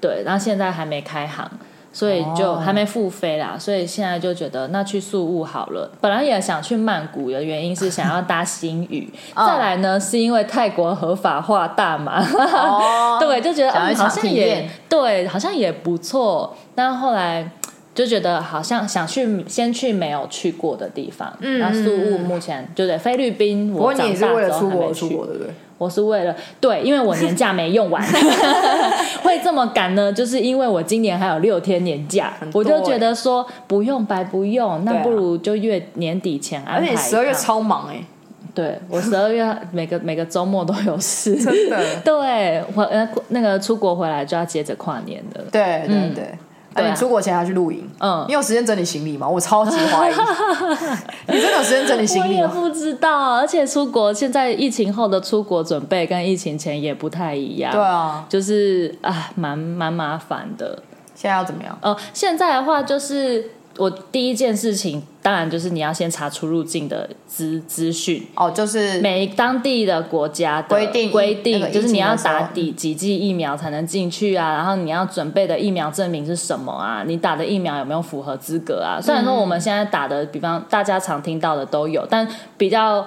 Speaker 1: 对，然后现在还没开航。所以就
Speaker 2: 哦
Speaker 1: 还没复飞啦，所以现在就觉得那去宿务好了。本来也想去曼谷的原因是想要搭新宇，
Speaker 2: <laughs> 嗯
Speaker 1: 再来呢是因为泰国合法化大麻，
Speaker 2: 哦，
Speaker 1: <laughs> 对，就觉得、
Speaker 2: 想
Speaker 1: 嗯、
Speaker 2: 要一
Speaker 1: 好
Speaker 2: 场
Speaker 1: 像
Speaker 2: 体
Speaker 1: 也
Speaker 2: 验
Speaker 1: 对，好像也不错。但后来就觉得好像想去先去没有去过的地方，
Speaker 2: 嗯
Speaker 1: 然后
Speaker 2: 嗯
Speaker 1: 宿务
Speaker 2: 嗯
Speaker 1: 目前就对菲律宾，
Speaker 2: 不过
Speaker 1: 我
Speaker 2: 你
Speaker 1: 长
Speaker 2: 也
Speaker 1: 大
Speaker 2: 是
Speaker 1: 之后
Speaker 2: 为了出
Speaker 1: 还
Speaker 2: 国
Speaker 1: 没
Speaker 2: 出
Speaker 1: 去
Speaker 2: 国，对不对？
Speaker 1: 我是为了对，因为我年假没
Speaker 2: <laughs>
Speaker 1: 用完，会这么赶呢，就是因为我今年还有六天年假，
Speaker 2: 多
Speaker 1: 我就
Speaker 2: 欸
Speaker 1: 觉得说不用白不用，那
Speaker 2: 对啊
Speaker 1: 不如就月年底前安
Speaker 2: 而
Speaker 1: 排一
Speaker 2: 且你
Speaker 1: 趟。
Speaker 2: 十二月超忙
Speaker 1: <laughs>
Speaker 2: 哎，
Speaker 1: 对我十二月每个每个周末都有事，
Speaker 2: 真的
Speaker 1: <laughs> 对，我呃那个出国回来就要接着跨年的，
Speaker 2: 对对对。
Speaker 1: 对
Speaker 2: 而
Speaker 1: 啊
Speaker 2: 且出国前还去露营，
Speaker 1: 嗯
Speaker 2: 你有时间整理行李吗？我超级
Speaker 1: <laughs>
Speaker 2: 怀疑，你真的有时间整理行
Speaker 1: 我
Speaker 2: 李
Speaker 1: 也啊
Speaker 2: 吗？
Speaker 1: 不知道，而且出国现在疫情后的出国准备跟疫情前也不太一样，
Speaker 2: 对，啊，
Speaker 1: 就是啊蛮蛮麻烦的。
Speaker 2: 现在要怎么样？
Speaker 1: 呃，现在的话就是我第一件事情，当然就是你要先查出入境的资资讯。
Speaker 2: 哦，就是
Speaker 1: 每当地的国家的
Speaker 2: 规定
Speaker 1: 规
Speaker 2: 那个
Speaker 1: 定，
Speaker 2: 疫
Speaker 1: 就是你要
Speaker 2: 情的时候
Speaker 1: 打第几剂疫苗才能进去啊，然后你要准备的疫苗证明是什么啊，你打的疫苗有没有符合资格啊？虽然
Speaker 2: 嗯
Speaker 1: 说我们现在打的，比方大家常听到的都有，但比较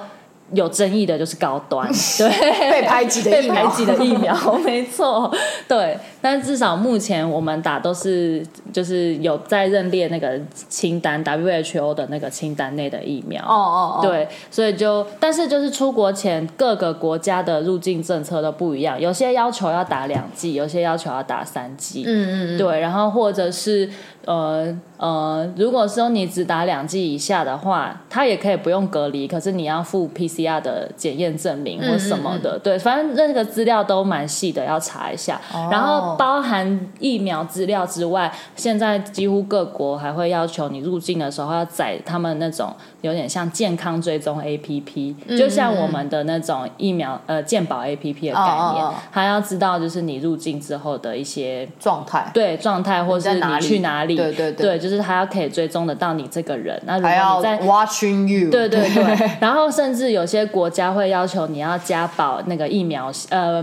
Speaker 1: 有争议的就是高
Speaker 2: <laughs>
Speaker 1: 端，对，
Speaker 2: 被排挤的疫
Speaker 1: 被
Speaker 2: 苗
Speaker 1: 排挤的疫苗， <laughs> 没错，对。但至少目前我们打都是就是有在认列那个清单 WHO 的那个清单内的疫苗。
Speaker 2: 哦哦哦，，
Speaker 1: 对，所以就，但是就是出国前各个国家的入境政策都不一样，有些要求要打两剂，有些要求要打三剂。
Speaker 2: 嗯嗯嗯，
Speaker 1: 对，然后或者是呃呃，如果说你只打两剂以下的话，它也可以不用隔离，可是你要附 PCR 的检验证明或什么
Speaker 2: 嗯
Speaker 1: 的。对，反正那个资料都蛮细的，要查一下。
Speaker 2: 哦
Speaker 1: 然后包含疫苗资料之外，现在几乎各国还会要求你入境的时候要载他们那种有点像健康追踪 APP，、就
Speaker 2: 嗯
Speaker 1: 像我们的那种疫苗呃健保 APP 的概念，
Speaker 2: 哦哦哦
Speaker 1: 还要知道就是你入境之后的一些。
Speaker 2: 状态，
Speaker 1: 对状态，或是
Speaker 2: 在哪
Speaker 1: 你
Speaker 2: 里
Speaker 1: 去哪里，
Speaker 2: 对对对
Speaker 1: 就是他要可以追踪得到你这个人。那如
Speaker 2: 还
Speaker 1: 果
Speaker 2: 要嗯
Speaker 1: 你在
Speaker 2: watching you，
Speaker 1: 对对
Speaker 2: <laughs>
Speaker 1: 对，然后甚至有些国家会要求你要加保那个疫苗，呃，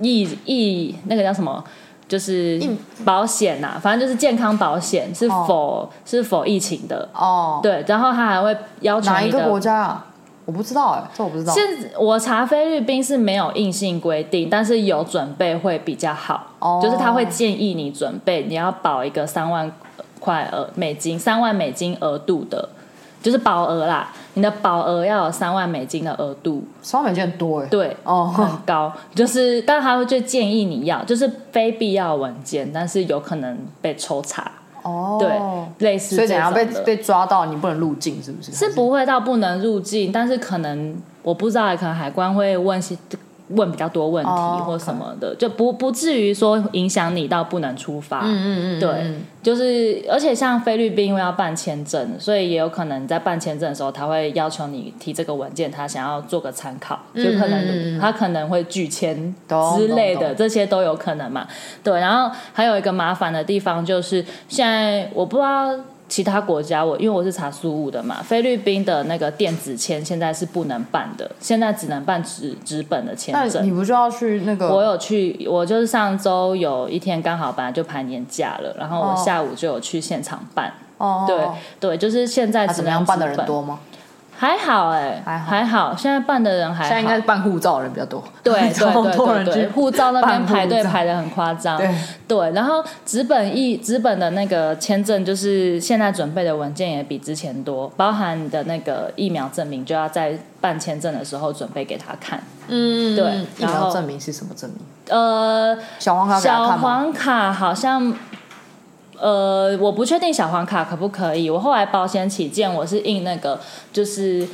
Speaker 1: 疫疫那个叫什么？就是保险呐、反正就是健康保险是
Speaker 2: 哦
Speaker 1: 否、是否疫情的，
Speaker 2: 哦，
Speaker 1: 对，然后他还会要求
Speaker 2: 哪一
Speaker 1: 你
Speaker 2: 个
Speaker 1: 的
Speaker 2: 国家啊？我不知道哎，这我不知道。
Speaker 1: 是我查菲律宾是没有硬性规定，但是有准备会比较好，
Speaker 2: 哦
Speaker 1: 就是他会建议你准备，你要保一个三万块额美金，三万美金额度的，就是保额啦，你的保额要有三万美金的额度，
Speaker 2: 烧美件很多哎，
Speaker 1: 对。很 <laughs>
Speaker 2: 哦，
Speaker 1: 高，就是，但他会就建议你要，就是非必要文件，但是有可能被抽查，
Speaker 2: 哦哦，
Speaker 1: 对，类似
Speaker 2: 所以
Speaker 1: 这
Speaker 2: 等下
Speaker 1: 样
Speaker 2: 被被抓到，你不能入境，是不是？
Speaker 1: 是不会到不能入境，但是可能我不知道，可能海关会问些问比较多问题
Speaker 2: 哦
Speaker 1: 或什么的就不不至于说影响你到不能出发。嗯嗯嗯，对，就是而且像菲律宾因为要办签证，所以也有可能在办签证的时候，他会要求你提这个文件，他想要做个参考，
Speaker 2: 嗯
Speaker 1: 就可能他可能会拒签
Speaker 2: 懂
Speaker 1: 之类的，
Speaker 2: 懂懂
Speaker 1: 这些都有可能嘛。对，然后还有一个麻烦的地方就是，现在我不知道其他国家，我因为我是查苏务的嘛，菲律宾的那个电子签现在是不能办的，现在只能办纸纸本的签
Speaker 2: 那
Speaker 1: 证
Speaker 2: 你。不就要去那
Speaker 1: 我
Speaker 2: 个？哦
Speaker 1: 有去，我就是上周有一天刚好本来就排年假了，然后我
Speaker 2: 哦
Speaker 1: 下午就有去现场办。
Speaker 2: 哦，
Speaker 1: 对对，就是现在
Speaker 2: 那
Speaker 1: 只
Speaker 2: 怎么
Speaker 1: 能
Speaker 2: 样办的
Speaker 1: 纸
Speaker 2: 人
Speaker 1: 本，
Speaker 2: 多吗？
Speaker 1: 还好哎、
Speaker 2: 还好
Speaker 1: 现在办的人还好，
Speaker 2: 现在应该是办护照的人比较多，
Speaker 1: 对
Speaker 2: <laughs>
Speaker 1: 对
Speaker 2: 超多
Speaker 1: 对
Speaker 2: 人
Speaker 1: 对对，
Speaker 2: 去
Speaker 1: 护照那边
Speaker 2: 办护
Speaker 1: 排队
Speaker 2: 照嗯
Speaker 1: 排的很夸张。
Speaker 2: 对，
Speaker 1: 对，然后纸本一纸本的那个签证，就是现在准备的文件也比之前多，包含你的那个疫苗证明，就要在办签证的时候准备给他看。
Speaker 2: 嗯
Speaker 1: 对
Speaker 2: 疫
Speaker 1: 然后
Speaker 2: 苗证明是什么证明？
Speaker 1: 呃，
Speaker 2: 小黄卡给他
Speaker 1: 小
Speaker 2: 看吗？
Speaker 1: 黄卡好像，呃，我不确定小黄卡可不可以。我后来保险起见，我是印那个就是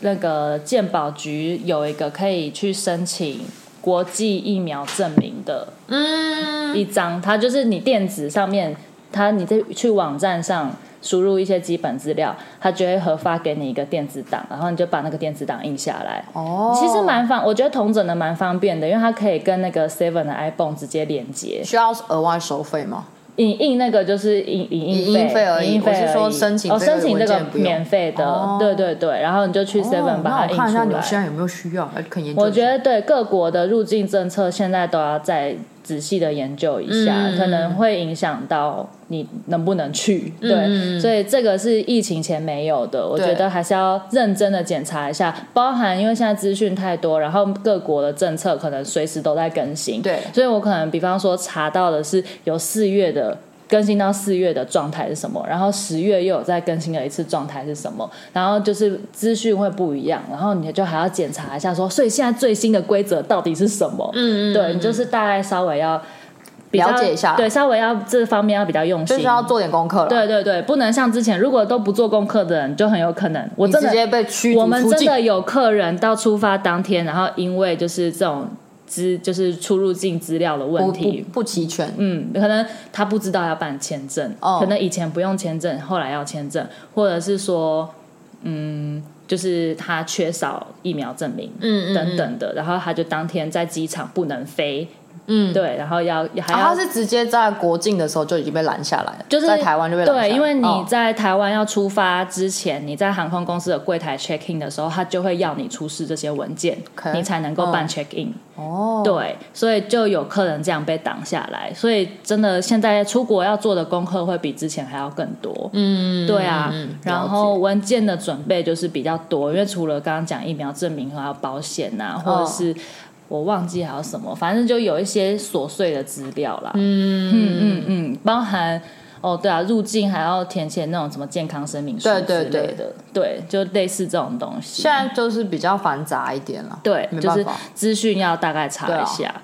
Speaker 1: 那个健保局有一个可以去申请国际疫苗证明的
Speaker 2: 嗯，
Speaker 1: 一张，它就是你电子上面，它你在去网站上输入一些基本资料，它就会核发给你一个电子档，然后你就把那个电子档印下来。
Speaker 2: 哦，
Speaker 1: 其实蛮方，我觉得同整的蛮方便的，因为它可以跟那个 Seven 的 iPhone 直接连接。
Speaker 2: 需要额外收费吗？
Speaker 1: 影印那个就是影影
Speaker 2: 影印费而已
Speaker 1: 影印费
Speaker 2: 我是说
Speaker 1: 而已
Speaker 2: 申请
Speaker 1: 哦，
Speaker 2: 这个
Speaker 1: 申请这个
Speaker 2: 文件不用
Speaker 1: 免费的，
Speaker 2: 哦
Speaker 1: 对对对，然后你就去 Seven
Speaker 2: 哦
Speaker 1: 把它
Speaker 2: 那
Speaker 1: 印
Speaker 2: 我看一下
Speaker 1: 出
Speaker 2: 纽
Speaker 1: 来。
Speaker 2: 西兰有没有需要，哎可以研究一下。
Speaker 1: 我觉得对各国的入境政策现在都要再仔细的研究一下，
Speaker 2: 嗯
Speaker 1: 可能会影响到你能不能去。对，
Speaker 2: 嗯
Speaker 1: 所以这个是疫情前没有的，我觉
Speaker 2: 对
Speaker 1: 得还是要认真的检查一下，包含因为现在资讯太多，然后各国的政策可能随时都在更新。
Speaker 2: 对
Speaker 1: 所以我可能比方说查到的是有四月的。更新到四月的状态是什么？然后十月又有再更新了一次状态是什么？然后就是资讯会不一样，然后你就还要检查一下说，所以现在最新的规则到底是什么？嗯嗯对你就是大概稍微要比较
Speaker 2: 了解一下
Speaker 1: 对，稍微要这方面要比较用
Speaker 2: 就
Speaker 1: 心，
Speaker 2: 是要做点功课了。，
Speaker 1: 对对对，不能像之前，如果都不做功课的人，就很有可能我
Speaker 2: 你
Speaker 1: 真
Speaker 2: 直
Speaker 1: 的
Speaker 2: 接被驱
Speaker 1: 我
Speaker 2: 逐
Speaker 1: 们
Speaker 2: 出
Speaker 1: 真
Speaker 2: 境。
Speaker 1: 的有客人到出发当天，然后因为就是这种资就是出入境资料的问
Speaker 2: 不不
Speaker 1: 题。
Speaker 2: 不齐全，
Speaker 1: 嗯，可能他不知道要办签证，
Speaker 2: 哦
Speaker 1: 可能以前不用签证，后来要签证，或者是说，嗯，就是他缺少疫苗证明，
Speaker 2: 嗯嗯嗯
Speaker 1: 等等的，然后他就当天在机场不能飞，
Speaker 2: 嗯，
Speaker 1: 对，然后要还
Speaker 2: 然
Speaker 1: 要
Speaker 2: 后他是直接在国境的时候就已经被拦下来了，
Speaker 1: 就是
Speaker 2: 在台湾就被拦下来。
Speaker 1: 对，因为你
Speaker 2: 哦
Speaker 1: 在台湾要出发之前，你在航空公司的柜台 check in 的时候，他就会要你出示这些文件
Speaker 2: OK
Speaker 1: 你才能够办 check in、
Speaker 2: 嗯哦，
Speaker 1: 对，所以就有客人这样被挡下来，所以真的现在出国要做的功课会比之前还要更多。嗯，对啊。
Speaker 2: 嗯嗯
Speaker 1: 然后文件的准备就是比较多，因为除了刚刚讲疫苗证明还有保险呐、
Speaker 2: 嗯
Speaker 1: 或者是我忘记还有什么，反正就有一些琐碎的资料啦。嗯嗯嗯嗯，包含。哦，对啊，入境还要填写那种什么健康声明书
Speaker 2: 对
Speaker 1: 之
Speaker 2: 对
Speaker 1: 类
Speaker 2: 对
Speaker 1: 的，对，就类似这种东西。
Speaker 2: 现在就是比较繁杂一点了。
Speaker 1: 对
Speaker 2: 没，
Speaker 1: 就
Speaker 2: 办
Speaker 1: 是 <laughs>
Speaker 2: 法。
Speaker 1: 资讯要大概
Speaker 2: 啊
Speaker 1: 查一下。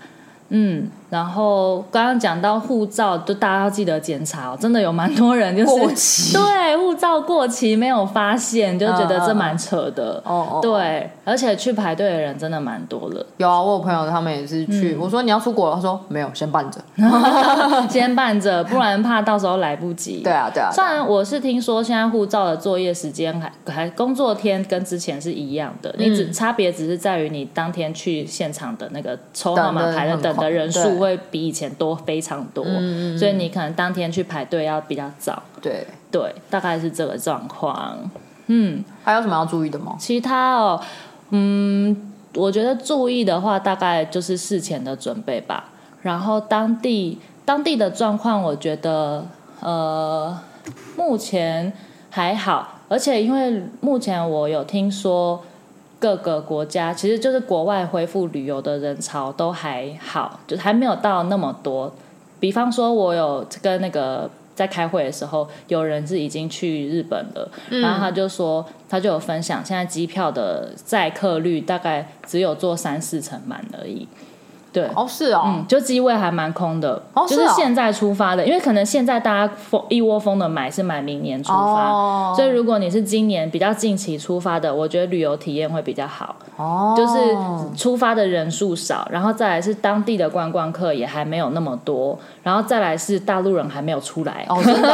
Speaker 1: 嗯，然后刚刚讲到护照，就大家要记得检查哦。真的有蛮多人就是
Speaker 2: 过期
Speaker 1: <laughs> 对，护照过期没有发现，就觉得这蛮扯的。
Speaker 2: 哦哦，
Speaker 1: 对，而且去排队的人真的蛮多的。 <laughs>
Speaker 2: 有啊，我有朋友他们也是
Speaker 1: 嗯
Speaker 2: 去，我说你要出国了，他说没有，先办着。
Speaker 1: 先办着，不然怕到时候来不及。
Speaker 2: 对啊，对啊，对
Speaker 1: 虽
Speaker 2: 啊
Speaker 1: 然我是听说现在护照的作业时间还还工作天跟之前是一样的，
Speaker 2: 嗯
Speaker 1: 你只差别只是在于你当天去现场的那个抽号码
Speaker 2: 等的
Speaker 1: 牌的
Speaker 2: 很
Speaker 1: 等的
Speaker 2: 快
Speaker 1: 人数
Speaker 2: 对嗯
Speaker 1: 会比以前多非常多，所以你可能当天去排队要比较早。
Speaker 2: 对。
Speaker 1: 对，大概是这个状况。
Speaker 2: 还有什么要注意的吗？
Speaker 1: 其他哦，嗯，我觉得注意的话，大概就是事前的准备吧。然后当地当地的状况，我觉得呃，目前还好，而且因为目前我有听说。各个国家其实就是国外恢复旅游的人潮都还好，就还没有到那么多。比方说，我有跟那个在开会的时候，有人是已经去日本了，然后他就说，他就有分享，现在机票的载客率大概只有做三四成满而已。对，
Speaker 2: 哦，是哦，
Speaker 1: 嗯，就机位还蛮空的，
Speaker 2: 哦
Speaker 1: 就是
Speaker 2: 是哦
Speaker 1: 现在出发的，因为可能现在大家疯一窝蜂的买是买明年出发，
Speaker 2: 哦
Speaker 1: 所以如果你是今年比较近期出发的，我觉得旅游体验会比较好，
Speaker 2: 哦，
Speaker 1: 就是出发的人数少，然后再来是当地的观光客也还没有那么多，然后再来是大陆人还没有出来。
Speaker 2: 哦，真的，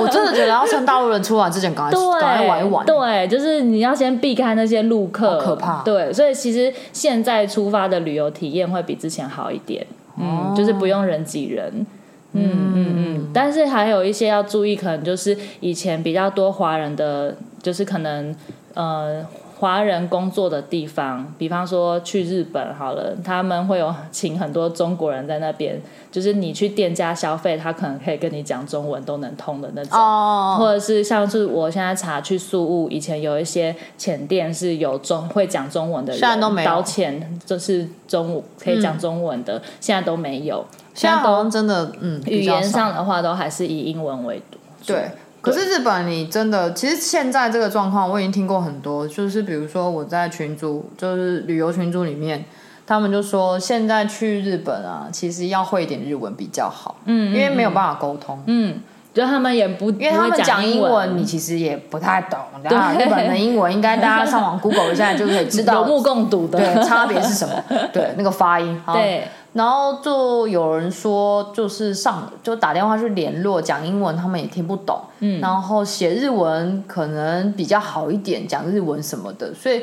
Speaker 2: 我真的觉得要趁大陆人出来之前，赶快啊赶快
Speaker 1: 对，
Speaker 2: 玩一玩。
Speaker 1: 对，就是你要先避开那些路客，
Speaker 2: 好可怕
Speaker 1: 对，所以其实现在出发的旅游体验会比之前好一点，
Speaker 2: 哦
Speaker 1: 嗯，就是不用人挤人。嗯嗯嗯，但是还有一些要注意，可能就是以前比较多华人的，就是可能呃华人工作的地方，比方说去日本好了，他们会有请很多中国人在那边，就是你去店家消费，他可能可以跟你讲中文都能通的那种。
Speaker 2: 哦，
Speaker 1: 或者是像是我现在查去宿务，以前有一些浅店是有中会讲中文的人，
Speaker 2: 现在都没有嗯
Speaker 1: 导浅就是中午可以讲中文的，现在都没有。
Speaker 2: 现
Speaker 1: 现
Speaker 2: 在
Speaker 1: 在
Speaker 2: 好像
Speaker 1: 都
Speaker 2: 真的，嗯，
Speaker 1: 语
Speaker 2: 比较
Speaker 1: 言
Speaker 2: 少
Speaker 1: 上的话，都还是以英文为主。
Speaker 2: 对。可是日本，你真的，其实现在这个状况，我已经听过很多，就是比如说我在群组，就是旅游群组里面，他们就说现在去日本啊，其实要会一点日文比较好，嗯，因为没有办法沟通，
Speaker 1: 嗯，就他们也不
Speaker 2: 因为他
Speaker 1: 不
Speaker 2: 们
Speaker 1: 会讲
Speaker 2: 英
Speaker 1: 文，
Speaker 2: 你其实也不太懂，然后日本的英文应该大家上网 Google 一下就可以知
Speaker 1: <laughs> 有
Speaker 2: 道，
Speaker 1: 目共睹的。
Speaker 2: 对，差别是什么，对，那个发音，好
Speaker 1: <laughs> 对
Speaker 2: 然后就有人说，就是上就打电话去联络，讲英文他们也听不懂，嗯，然后写日文可能比较好一点，讲日文什么的，所以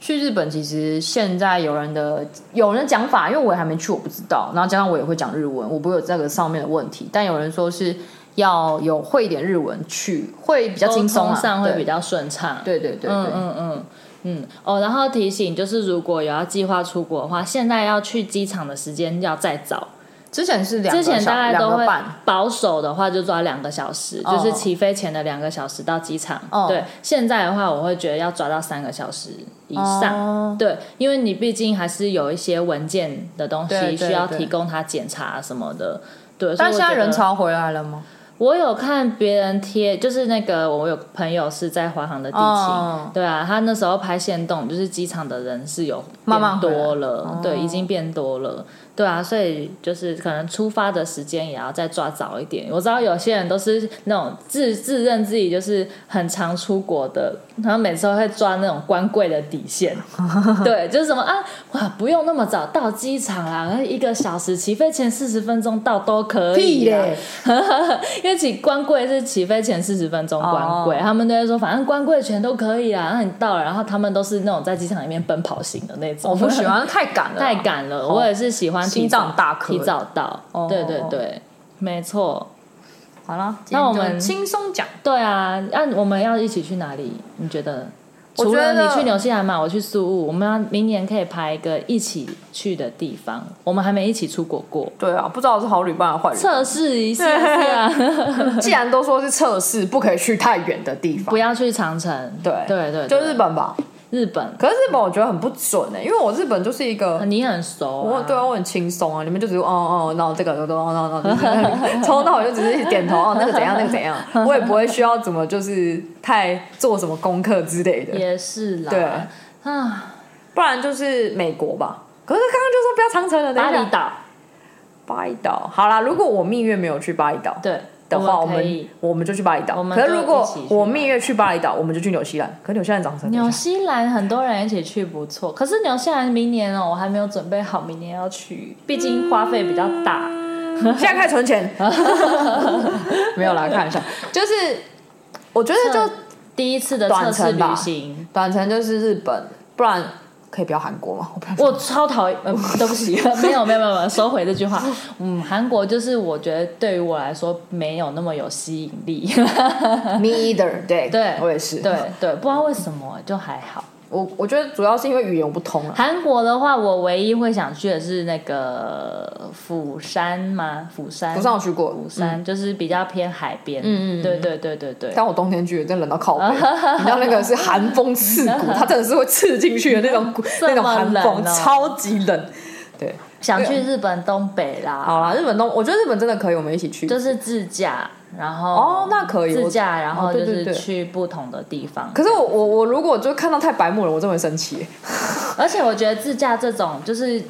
Speaker 2: 去日本其实现在有人的有人的讲法，因为我也还没去，我不知道，然后加上我也会讲日文，我不会有这个上面的问题，但有人说是要有会一点日文去，会比较轻松
Speaker 1: 沟
Speaker 2: 啊，
Speaker 1: 通上会比
Speaker 2: 较
Speaker 1: 较顺畅。
Speaker 2: 对对对对，
Speaker 1: 嗯嗯嗯嗯哦，然后提醒就是，如果有要计划出国的话，现在要去机场的时间要再早。
Speaker 2: 之前是两
Speaker 1: 之
Speaker 2: 个小
Speaker 1: 前大概
Speaker 2: 两
Speaker 1: 都
Speaker 2: 个
Speaker 1: 会
Speaker 2: 半，
Speaker 1: 保守的话就抓两个小时，
Speaker 2: 哦
Speaker 1: 就是起飞前的两个小时到机场。
Speaker 2: 哦
Speaker 1: 对，现在的话我会觉得要抓到三个小时以上。
Speaker 2: 哦
Speaker 1: 对，因为你毕竟还是有一些文件的东
Speaker 2: 对
Speaker 1: 西
Speaker 2: 对
Speaker 1: 需要
Speaker 2: 对
Speaker 1: 提供他检查什么的。对，所以
Speaker 2: 但
Speaker 1: 我
Speaker 2: 现在
Speaker 1: 觉得
Speaker 2: 人潮回来了吗？
Speaker 1: 我有看别人贴，就是那个我有朋友是在华航的地勤，
Speaker 2: 哦
Speaker 1: 对啊，他那时候拍线动，就是机场的人是有
Speaker 2: 慢慢
Speaker 1: 变
Speaker 2: 回来
Speaker 1: 多了，对，已经变多了，对啊，所以就是可能出发的时间也要再抓早一点。我知道有些人都是那种自自认自己就是很常出国的，然后每次都会抓那种官柜的底
Speaker 2: <laughs>
Speaker 1: 线，对，就是什么啊，哇，不用那么早到机场啦，一个小时起飞前四十分钟到都可以啊啦。！因为起关柜是起飞前四十分钟关柜，
Speaker 2: 哦
Speaker 1: 他们都会说反正关柜全都可以啦。啊那你到了，然后他们都是那种在机场里面奔跑型的那种，
Speaker 2: 我不喜，欢，太赶
Speaker 1: <laughs>
Speaker 2: 了，
Speaker 1: 太。赶了。我也是喜欢提
Speaker 2: 心
Speaker 1: 早
Speaker 2: 脏大颗
Speaker 1: 提早到。
Speaker 2: 哦
Speaker 1: 对对对，没错，
Speaker 2: 好了，
Speaker 1: 那我们
Speaker 2: 今天就轻松讲。
Speaker 1: 对啊。那、我们要一起去哪里？你觉得？
Speaker 2: 我
Speaker 1: 除
Speaker 2: 觉
Speaker 1: 了
Speaker 2: 得
Speaker 1: 你去纽西兰嘛，我去苏雾，我们要明年可以排一个一起去的地方。我们还没一起出国过，
Speaker 2: 对啊，不知道是好旅伴还是坏
Speaker 1: 测
Speaker 2: 旅
Speaker 1: 试一下下。 <laughs>
Speaker 2: 伴。既然都说是测试，不可以去太远的地方
Speaker 1: 不。要去长城，
Speaker 2: 对
Speaker 1: 对对，
Speaker 2: 就
Speaker 1: 对
Speaker 2: 日本吧。
Speaker 1: 日本，
Speaker 2: 可是日本我觉得很不准呢、因为我日本就是一个。
Speaker 1: 你很熟、
Speaker 2: 我
Speaker 1: 啊，
Speaker 2: 对啊，我很轻松啊！你们就只是哦哦，然后这个都哦哦哦，就是从头到尾就只是点头哦，那个怎样，那个怎样，我也不会需要怎么就是太做什么功课之类的。
Speaker 1: 也是啦，
Speaker 2: 对
Speaker 1: 啊，
Speaker 2: 不然就是美国吧。可是刚刚就说不要长城了，等
Speaker 1: 巴
Speaker 2: 一
Speaker 1: 厘
Speaker 2: 下
Speaker 1: 岛，
Speaker 2: 巴厘岛。好啦，如果我蜜月没有去巴厘岛，
Speaker 1: 对
Speaker 2: 的话，我
Speaker 1: 我可
Speaker 2: 们
Speaker 1: 以
Speaker 2: 我们就去巴厘岛。
Speaker 1: 我们
Speaker 2: 可是
Speaker 1: 就
Speaker 2: 如果
Speaker 1: 一起去
Speaker 2: 我
Speaker 1: 巴厘
Speaker 2: 蜜月去巴厘岛，我们就去纽西兰。可纽西兰长什么
Speaker 1: 纽
Speaker 2: 样？
Speaker 1: 西兰很多人一起去不错，可是纽西兰明年哦，我还没有准备好，明年要去，毕竟花费比较大。
Speaker 2: 嗯现在开始
Speaker 1: <laughs>
Speaker 2: 存钱，没有啦，看一下，就是我觉得就
Speaker 1: 第一次的测
Speaker 2: 短程
Speaker 1: 试
Speaker 2: 吧
Speaker 1: 旅行，
Speaker 2: 短程就是日本，不然可以不要韩国吗？我不
Speaker 1: <laughs>
Speaker 2: 要
Speaker 1: 我超讨厌，呃，对不起，没有没有没有没有，收回这句话。嗯，韩国就是我觉得对于我来说没有那么有吸引力， <laughs>
Speaker 2: ，me either，对，
Speaker 1: 对
Speaker 2: 我也是，
Speaker 1: 对对，不知道为什么就还好。
Speaker 2: 我我觉得主要是因为语言我不通啊，
Speaker 1: 韩国的话，我唯一会想去的是那个釜山吗？釜山，
Speaker 2: 我上次去过
Speaker 1: 釜山就是比较偏海边。
Speaker 2: 嗯嗯嗯嗯
Speaker 1: 对对对对对。
Speaker 2: 但我冬天去，真的冷到
Speaker 1: <laughs>
Speaker 2: 靠背，你知道那个是寒风刺骨，它真的是会刺进去的那种骨
Speaker 1: 这么
Speaker 2: 那种寒风，
Speaker 1: 冷哦
Speaker 2: 超级冷。对，
Speaker 1: 想去日本东北啦，
Speaker 2: 好啦，日本东，我觉得日本真的可以，我们一起去。
Speaker 1: 就是自驾，然后
Speaker 2: 哦那可以我
Speaker 1: 自驾，然
Speaker 2: 哦
Speaker 1: 后
Speaker 2: 对
Speaker 1: 就
Speaker 2: 对
Speaker 1: 是
Speaker 2: 对
Speaker 1: 去不同的地方。
Speaker 2: 可是我我我如果就看到太白目了，我真的会生气。
Speaker 1: 而且我觉得自驾这种就是。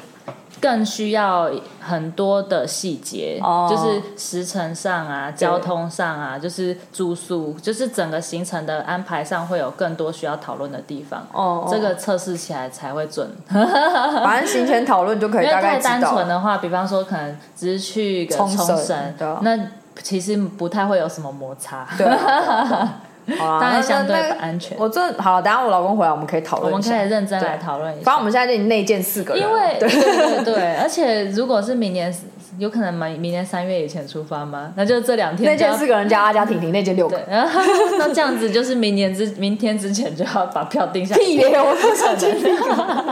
Speaker 1: 更需要很多的细节，
Speaker 2: 哦
Speaker 1: 就是时程上啊、交通上啊，就是住宿，就是整个行程的安排上会有更多需要讨论的地方。
Speaker 2: 哦，
Speaker 1: 这个测试起来才会准，
Speaker 2: <laughs> 反正行前讨论就可以
Speaker 1: 因为
Speaker 2: 大概
Speaker 1: 太
Speaker 2: 知
Speaker 1: 单
Speaker 2: 道
Speaker 1: 纯
Speaker 2: 了。
Speaker 1: 的话，比方说可能只是去个
Speaker 2: 冲
Speaker 1: 冲
Speaker 2: 绳
Speaker 1: 绳
Speaker 2: 对啊，
Speaker 1: 那其实不太会有什么摩擦。
Speaker 2: 对啊，对啊 <laughs> 对啊好啦
Speaker 1: <laughs> 当
Speaker 2: 那
Speaker 1: 然相对
Speaker 2: 那那
Speaker 1: 安全
Speaker 2: 我这好，等一下我老公回来，我们可以讨
Speaker 1: 我
Speaker 2: 论
Speaker 1: 们
Speaker 2: 一
Speaker 1: 可
Speaker 2: 下。
Speaker 1: 以认真
Speaker 2: 对
Speaker 1: 来讨论一
Speaker 2: 反正
Speaker 1: 下，
Speaker 2: 我们现在就已经内建四个人了，
Speaker 1: 因
Speaker 2: <laughs>
Speaker 1: 为
Speaker 2: 对
Speaker 1: 对对对，而且如果是明年，有可能明明年三月以前出发吗？那就这两天
Speaker 2: 内
Speaker 1: 就
Speaker 2: 建
Speaker 1: 要
Speaker 2: 四个人加阿加婷婷，内建六个
Speaker 1: 对。，
Speaker 2: <laughs>
Speaker 1: 然后那这样子就是明年之明天之前就要把票定下来。
Speaker 2: <laughs> 屁耶！啊我不想听。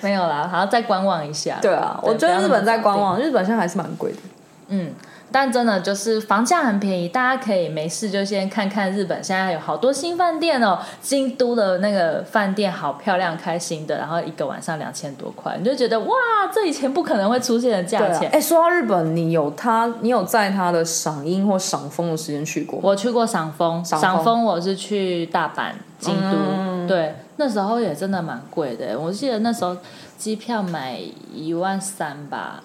Speaker 1: 没有啦，好像再观望一下。
Speaker 2: 对啊，我
Speaker 1: 不
Speaker 2: 觉
Speaker 1: 要
Speaker 2: 得
Speaker 1: 那
Speaker 2: 日
Speaker 1: 么
Speaker 2: 本在
Speaker 1: 早
Speaker 2: 观
Speaker 1: 定。
Speaker 2: 望，日本现在还是蛮贵的。
Speaker 1: 嗯，但真的就是房价很便宜，大家可以没事就先看看日本现在有好多新饭店哦，京都的那个饭店好漂亮，开心的，然后一个晚上两千多块，你就觉得哇，这以前不可能会出现的价
Speaker 2: 对啊
Speaker 1: 钱。
Speaker 2: 哎，说到日本，你有他，你有在他的赏樱或赏枫的时间去过吗？
Speaker 1: 我去过赏枫，
Speaker 2: 赏
Speaker 1: 赏
Speaker 2: 枫嗯
Speaker 1: 枫我是去大阪、京都，对，那时候也真的蛮贵的。我记得那时候机票买一万三吧，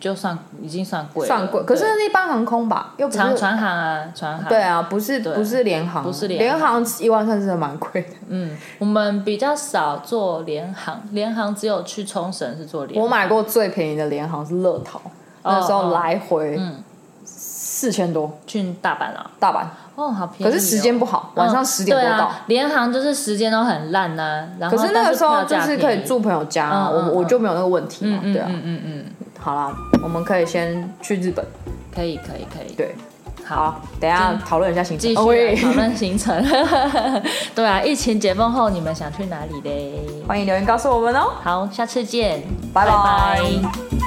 Speaker 1: 就算已经算贵了，
Speaker 2: 算贵，可是
Speaker 1: 对
Speaker 2: 那是一般航空吧，又不是
Speaker 1: 长船航啊，船航。
Speaker 2: 对啊，不是
Speaker 1: 对
Speaker 2: 不是联航，
Speaker 1: 不是联
Speaker 2: 联航一万三真的蛮贵的。
Speaker 1: 嗯，我们比较少坐联航，联航只有去冲绳是坐联
Speaker 2: 我
Speaker 1: 航。
Speaker 2: 买过最便宜的联航是乐桃，那时候
Speaker 1: 哦
Speaker 2: 来回
Speaker 1: 嗯
Speaker 2: 四千多，
Speaker 1: 去大阪啊，
Speaker 2: 大阪，
Speaker 1: 哦，好便宜、
Speaker 2: 可
Speaker 1: 哦。
Speaker 2: 是时间不好，晚上十
Speaker 1: 嗯
Speaker 2: 点多
Speaker 1: 对
Speaker 2: 到。
Speaker 1: 啊，联航就是时间都很烂呐、然后
Speaker 2: 可是那个时候就
Speaker 1: 但
Speaker 2: 是
Speaker 1: 是
Speaker 2: 可
Speaker 1: 票价
Speaker 2: 以
Speaker 1: 便宜。
Speaker 2: 住朋友家啊，
Speaker 1: 嗯
Speaker 2: 我
Speaker 1: 嗯
Speaker 2: 我
Speaker 1: 嗯
Speaker 2: 就没有那个问题嘛，
Speaker 1: 嗯
Speaker 2: 对
Speaker 1: 嗯
Speaker 2: 啊。
Speaker 1: 嗯嗯嗯，
Speaker 2: 好啦，我们可以先去日本，
Speaker 1: 可以可以可以。
Speaker 2: 对，
Speaker 1: 好，
Speaker 2: 好，等一下讨论一下行程。
Speaker 1: 嗯继续
Speaker 2: 哦
Speaker 1: 来
Speaker 2: 喂 <laughs>
Speaker 1: 讨论行程。对啊，疫情解封后你们想去哪里嘞？
Speaker 2: 欢迎留言告诉我们哦，
Speaker 1: 好，下次见，
Speaker 2: 拜
Speaker 1: 拜
Speaker 2: 拜。
Speaker 1: 拜